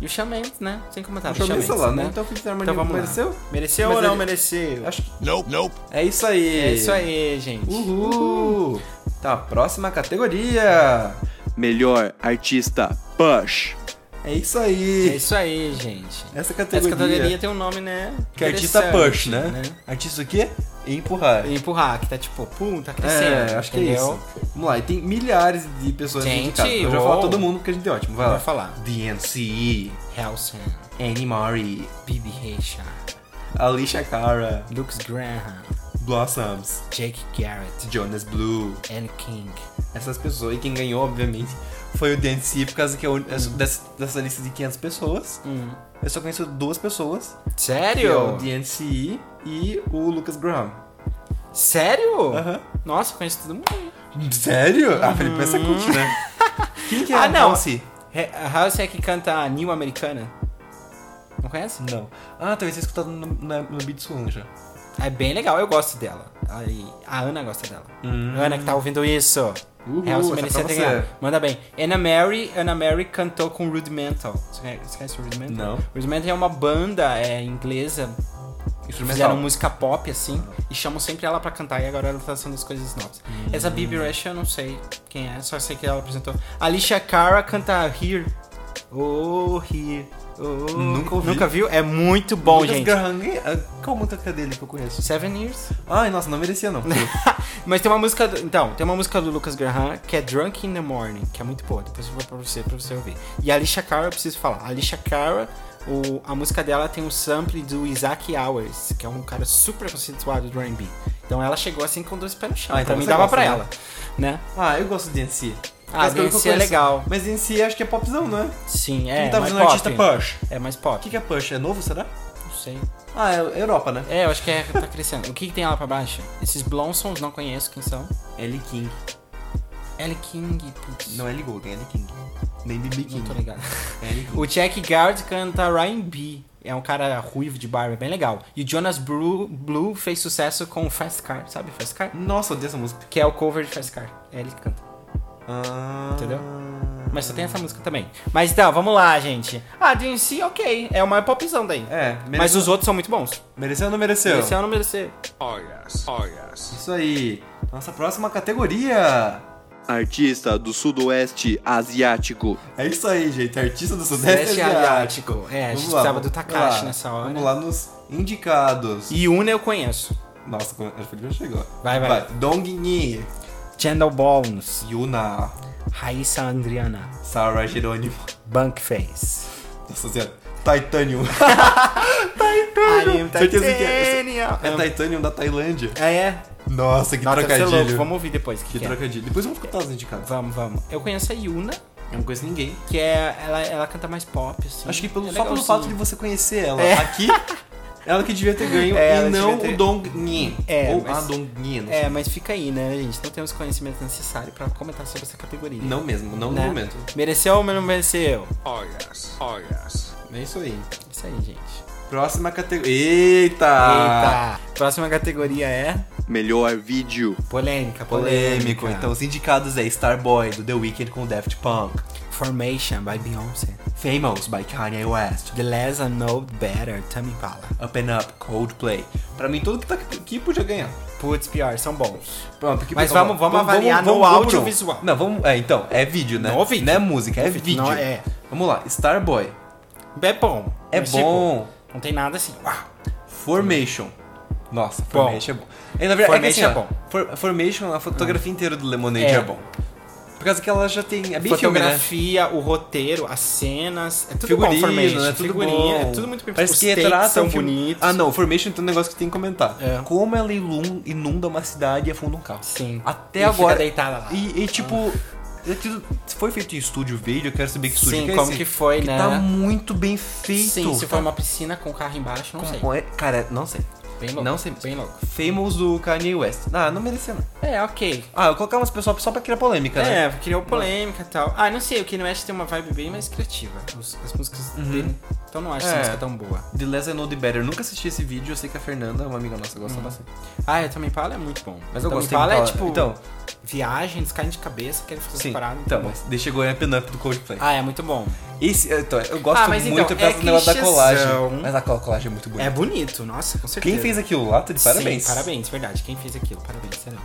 [SPEAKER 1] E o Shawn Mendes, né? Sem comentar.
[SPEAKER 2] Deixa eu
[SPEAKER 1] o
[SPEAKER 2] ver,
[SPEAKER 1] Shawn
[SPEAKER 2] sei lá,
[SPEAKER 1] Mendes,
[SPEAKER 2] né?
[SPEAKER 1] né?
[SPEAKER 2] Então o Fifth Harmony
[SPEAKER 1] Então vamos lá.
[SPEAKER 2] mereceu?
[SPEAKER 1] Mereceu
[SPEAKER 2] Mas
[SPEAKER 1] ou não
[SPEAKER 2] ele-
[SPEAKER 1] mereceu?
[SPEAKER 2] Acho que...
[SPEAKER 3] Nope, nope.
[SPEAKER 2] É isso aí.
[SPEAKER 1] É isso aí, gente.
[SPEAKER 2] Uhul. Tá, próxima categoria.
[SPEAKER 3] Melhor artista Push.
[SPEAKER 2] É isso
[SPEAKER 1] É
[SPEAKER 2] aí.
[SPEAKER 1] isso aí, gente.
[SPEAKER 2] Essa
[SPEAKER 1] Essa
[SPEAKER 2] É categoria.
[SPEAKER 1] categoria tem um nome, né?
[SPEAKER 2] Que é artista
[SPEAKER 1] interessante,
[SPEAKER 2] push, né? Artista o quê? Empurrar.
[SPEAKER 1] E empurrar, que tá tipo, pum, tá crescendo.
[SPEAKER 2] É, acho que é
[SPEAKER 1] entendeu?
[SPEAKER 2] isso. Vamos lá, e tem milhares de pessoas
[SPEAKER 1] Gente,
[SPEAKER 2] indicadas. Eu já vou falar
[SPEAKER 1] uou.
[SPEAKER 2] todo mundo porque a gente é ótimo. Vai lá.
[SPEAKER 1] Vai falar.
[SPEAKER 2] DNC,
[SPEAKER 1] Helson,
[SPEAKER 2] Annie Murray,
[SPEAKER 1] Bibi Recha,
[SPEAKER 2] Alicia Cara,
[SPEAKER 1] Lucas Graham,
[SPEAKER 2] Blossoms,
[SPEAKER 1] Jake Garrett,
[SPEAKER 2] Jonas Blue,
[SPEAKER 1] Anne King.
[SPEAKER 2] essas pessoas. E quem ganhou, obviamente, foi o DNC, por causa que é o- é dessa, dessa lista de 500 pessoas.
[SPEAKER 1] Hum.
[SPEAKER 2] Eu só conheço duas pessoas, que é o
[SPEAKER 1] Sério?
[SPEAKER 2] DNC e o Lucas Graham.
[SPEAKER 1] Sério?
[SPEAKER 2] Aham.
[SPEAKER 1] Nossa, eu conheço todo mundo.
[SPEAKER 2] Sério? Ah, Felipe, essa cult,
[SPEAKER 1] [LAUGHS]
[SPEAKER 2] né? Quem que é
[SPEAKER 1] Hum. Ah,
[SPEAKER 2] a
[SPEAKER 1] não.
[SPEAKER 2] Halsey?
[SPEAKER 1] He- A House é que canta a New Americana. Não conhece?
[SPEAKER 2] Não. Ah, talvez tenha escutado no, na, no Beat Soul já.
[SPEAKER 1] É bem legal, eu gosto dela. Aí, A Ana gosta dela. Ana que tá ouvindo isso.
[SPEAKER 2] Hum. Uhul,
[SPEAKER 1] Helson
[SPEAKER 2] essa é
[SPEAKER 1] merecia
[SPEAKER 2] pra
[SPEAKER 1] ter
[SPEAKER 2] você.
[SPEAKER 1] ganhado. Manda bem. Anna Mary, Anna Mary cantou com Rudimental. Você conhece- você conhece o Rudimental?
[SPEAKER 2] Não.
[SPEAKER 1] Rudimental é uma banda é, inglesa. Fizeram música pop, assim, e chamam sempre ela pra cantar, e agora ela tá lançando as coisas novas.
[SPEAKER 2] Hum.
[SPEAKER 1] Essa Bibi Rush eu não sei quem é, só sei que ela apresentou. Alicia Cara canta Here. Oh, Here. Oh,
[SPEAKER 2] Nunca ouvi.
[SPEAKER 1] Nunca viu? É muito bom,
[SPEAKER 2] Lucas
[SPEAKER 1] gente.
[SPEAKER 2] Graham, ah, qual música que é dele que eu conheço?
[SPEAKER 1] Seven Years.
[SPEAKER 2] Ai, nossa, não merecia
[SPEAKER 1] [LAUGHS]
[SPEAKER 2] não.
[SPEAKER 1] Mas tem uma música. do- então, tem uma música do Lucas Graham que é Drunk in the Morning, que é muito boa. Depois eu vou pra você, pra você ouvir. E a Alicia Cara, eu preciso falar. A Alicia Cara, o- a música dela tem um sample do Isaac Hours, que é um cara super conceituado do R&B. Então ela chegou assim com dois pés no chão.
[SPEAKER 2] Ah, então
[SPEAKER 1] então me
[SPEAKER 2] você
[SPEAKER 1] dava
[SPEAKER 2] gosta,
[SPEAKER 1] pra
[SPEAKER 2] né?
[SPEAKER 1] ela. Né?
[SPEAKER 2] ah, eu gosto de NC.
[SPEAKER 1] Ah,
[SPEAKER 2] Mas pelo que eu
[SPEAKER 1] DNC é
[SPEAKER 2] conheço-
[SPEAKER 1] legal.
[SPEAKER 2] Mas NC acho que é popzão, não é?
[SPEAKER 1] Sim, é.
[SPEAKER 2] Quem tá
[SPEAKER 1] mais
[SPEAKER 2] fazendo
[SPEAKER 1] pop.
[SPEAKER 2] artista Push?
[SPEAKER 1] É mais
[SPEAKER 2] O
[SPEAKER 1] pop.
[SPEAKER 2] que, que é Push? É novo, será?
[SPEAKER 1] Não sei.
[SPEAKER 2] Ah, é Europa, né?
[SPEAKER 1] É, eu acho que é, tá crescendo. O que, que tem lá pra baixo? Esses Blonsons, não conheço quem são.
[SPEAKER 2] L King.
[SPEAKER 1] L. King, putz.
[SPEAKER 2] Não é L Golden, é L King. Nem BB
[SPEAKER 1] não
[SPEAKER 2] King.
[SPEAKER 1] tô ligado.
[SPEAKER 2] É L King.
[SPEAKER 1] O Jack Guard canta Ryan B. É um cara ruivo de barba, é bem legal. E o Jonas Blue, Blue fez sucesso com Fast Car, sabe Fast Car?
[SPEAKER 2] Nossa, eu odeio essa música.
[SPEAKER 1] Que é o cover de Fast Car. É ele que canta.
[SPEAKER 2] Ah,
[SPEAKER 1] Entendeu? Mas só tem essa música também. Mas então, vamos lá, gente. Ah, DNC, ok. É uma popzão daí.
[SPEAKER 2] É, mere...
[SPEAKER 1] Mas os outros são muito bons.
[SPEAKER 2] mereceu ou não mereceu?
[SPEAKER 1] Esse é o número C.
[SPEAKER 2] Isso aí. Nossa próxima categoria.
[SPEAKER 3] Artista do Sudoeste Asiático.
[SPEAKER 2] É isso aí, gente. Artista do Sudeste
[SPEAKER 1] Sudeste
[SPEAKER 2] Asiático.
[SPEAKER 1] Asiático. É, a
[SPEAKER 2] Vamos
[SPEAKER 1] gente
[SPEAKER 2] lá,
[SPEAKER 1] precisava do
[SPEAKER 2] vamos
[SPEAKER 1] Takashi
[SPEAKER 2] lá.
[SPEAKER 1] nessa hora.
[SPEAKER 2] Vamos lá nos indicados.
[SPEAKER 1] E Una eu conheço.
[SPEAKER 2] Nossa, como- acho que ele já chegou.
[SPEAKER 1] Vai, vai.
[SPEAKER 2] Dong Yi,
[SPEAKER 1] Chandel Bones,
[SPEAKER 2] Yuna,
[SPEAKER 1] Raíssa Andriana,
[SPEAKER 2] Sarah Jerônimo.
[SPEAKER 1] Bunkface.
[SPEAKER 2] Nossa senhora.
[SPEAKER 1] [LAUGHS]
[SPEAKER 2] Titanium.
[SPEAKER 1] Titanium,
[SPEAKER 2] Certeza que é. É
[SPEAKER 1] Titanium.
[SPEAKER 2] Titanium da Tailândia.
[SPEAKER 1] É, é.
[SPEAKER 2] Nossa, que
[SPEAKER 1] Nossa, deve ser
[SPEAKER 2] trocadilho.
[SPEAKER 1] é louco. Vamos ouvir depois. Que
[SPEAKER 2] Que
[SPEAKER 1] que é.
[SPEAKER 2] trocadilho. Depois vamos escutar os indicados.
[SPEAKER 1] Vamos, vamos. Eu conheço a Yuna,
[SPEAKER 2] Eu não conheço ninguém.
[SPEAKER 1] que é. Ela, ela canta mais pop, assim.
[SPEAKER 2] Acho que pelo-
[SPEAKER 1] É
[SPEAKER 2] só pelo
[SPEAKER 1] legalzinho.
[SPEAKER 2] fato de você conhecer ela
[SPEAKER 1] É.
[SPEAKER 2] aqui, ela que devia ter ganho
[SPEAKER 1] [LAUGHS] É,
[SPEAKER 2] e
[SPEAKER 1] ela
[SPEAKER 2] não
[SPEAKER 1] devia ter-
[SPEAKER 2] o Dong Yi.
[SPEAKER 1] É,
[SPEAKER 2] Ou
[SPEAKER 1] mas-
[SPEAKER 2] a Dong Yi, não sei.
[SPEAKER 1] É, mas fica aí, né, gente? Não temos conhecimento necessário pra comentar sobre essa categoria.
[SPEAKER 2] Não mesmo, não
[SPEAKER 1] Né?
[SPEAKER 2] no momento.
[SPEAKER 1] Mereceu ou não mereceu?
[SPEAKER 2] É isso aí.
[SPEAKER 1] Isso aí, gente.
[SPEAKER 2] Próxima categoria. Eita!
[SPEAKER 1] Eita! Próxima categoria é.
[SPEAKER 3] Melhor vídeo.
[SPEAKER 1] Polêmica, polêmica.
[SPEAKER 2] Polêmico. Então, os indicados é Starboy, do The Weeknd com Daft Punk.
[SPEAKER 1] Formation by Beyoncé.
[SPEAKER 2] Famous, by Kanye West.
[SPEAKER 1] The Less I Know Better, Tame Impala.
[SPEAKER 2] Up and Up, Coldplay. Pra mim, tudo que tá aqui podia ganhar.
[SPEAKER 1] Putz, pior, são bons.
[SPEAKER 2] Pronto, aqui
[SPEAKER 1] Mas
[SPEAKER 2] tá bom.
[SPEAKER 1] vamos- vamos avaliar no áudio visual.
[SPEAKER 2] Não, vamos... É, então, é vídeo, né?
[SPEAKER 1] No vídeo.
[SPEAKER 2] Não é música, é
[SPEAKER 1] No vídeo,
[SPEAKER 2] vídeo.
[SPEAKER 1] não é.
[SPEAKER 2] Vamos lá, Starboy.
[SPEAKER 1] É bom.
[SPEAKER 2] É
[SPEAKER 1] Mas, tipo,
[SPEAKER 2] bom.
[SPEAKER 1] Não tem nada assim. Uau.
[SPEAKER 2] Formation. Nossa,
[SPEAKER 1] Bom.
[SPEAKER 2] Formation é bom. É, na verdade,
[SPEAKER 1] Formation
[SPEAKER 2] é, que, assim,
[SPEAKER 1] é
[SPEAKER 2] ó,
[SPEAKER 1] bom.
[SPEAKER 2] For- formation, a fotografia inteira do Lemonade é.
[SPEAKER 1] É.
[SPEAKER 2] bom. Por causa que ela já tem. É bem filme, né?
[SPEAKER 1] Fotografia, o roteiro, as cenas, é tudo bom,
[SPEAKER 2] Figurino,
[SPEAKER 1] Formation,
[SPEAKER 2] né? Tudo
[SPEAKER 1] figurinha,
[SPEAKER 2] bom.
[SPEAKER 1] é tudo muito bem
[SPEAKER 2] Parece
[SPEAKER 1] Os
[SPEAKER 2] que
[SPEAKER 1] takes
[SPEAKER 2] retrata
[SPEAKER 1] são
[SPEAKER 2] o filme.
[SPEAKER 1] bonitos.
[SPEAKER 2] Ah, não. Formation tem um negócio que tem que comentar.
[SPEAKER 1] É.
[SPEAKER 2] Como ela ilum- inunda uma cidade e afunda um carro.
[SPEAKER 1] Sim.
[SPEAKER 2] Até
[SPEAKER 1] E fica
[SPEAKER 2] agora.
[SPEAKER 1] deitada lá.
[SPEAKER 2] E, e, tipo. é tudo- se foi feito em estúdio vídeo, eu quero saber que estúdio
[SPEAKER 1] Sim,
[SPEAKER 2] que é
[SPEAKER 1] como
[SPEAKER 2] esse.
[SPEAKER 1] que foi, né?
[SPEAKER 2] Tá muito bem feito.
[SPEAKER 1] Sim, se
[SPEAKER 2] Tá
[SPEAKER 1] foi uma piscina com carro embaixo, não sei.
[SPEAKER 2] com- é- Cara, não sei.
[SPEAKER 1] Bem louco.
[SPEAKER 2] Não sei.
[SPEAKER 1] Bem louco.
[SPEAKER 2] Famous do Kanye West. Ah, não merecia, não.
[SPEAKER 1] É, ok.
[SPEAKER 2] Ah, eu colocava umas pessoas só pra criar polêmica, né?
[SPEAKER 1] É, criou polêmica e tal. Ah, não sei, o Kanye West tem uma vibe bem mais criativa. Os- as músicas dele. Então não acho
[SPEAKER 2] Uhum. É.
[SPEAKER 1] essa música tão boa.
[SPEAKER 2] The Less I Know The Better. Nunca assisti esse vídeo, eu sei que a Fernanda, uma amiga nossa, gosta bastante.
[SPEAKER 1] Ah, eu também Impala é muito bom.
[SPEAKER 2] Mas eu
[SPEAKER 1] Tame
[SPEAKER 2] gosto
[SPEAKER 1] Impala
[SPEAKER 2] Tame
[SPEAKER 1] é
[SPEAKER 2] Impala.
[SPEAKER 1] tipo
[SPEAKER 2] Então.
[SPEAKER 1] viagens, caem de cabeça, querem fazer
[SPEAKER 2] Sim,
[SPEAKER 1] separado.
[SPEAKER 2] então, mas deixa eu ganhar a pin-up do Coldplay.
[SPEAKER 1] Ah, é muito bom.
[SPEAKER 2] Esse, então, eu gosto
[SPEAKER 1] Ah, mas
[SPEAKER 2] muito
[SPEAKER 1] então,
[SPEAKER 2] por causa
[SPEAKER 1] é
[SPEAKER 2] do negócio da colagem.
[SPEAKER 1] clichêzão.
[SPEAKER 2] Mas a col- colagem é muito bonita.
[SPEAKER 1] É bonito, nossa, com certeza.
[SPEAKER 2] Quem fez aquilo lá, tá de parabéns.
[SPEAKER 1] Sim, parabéns, verdade. Quem fez aquilo, parabéns, sério.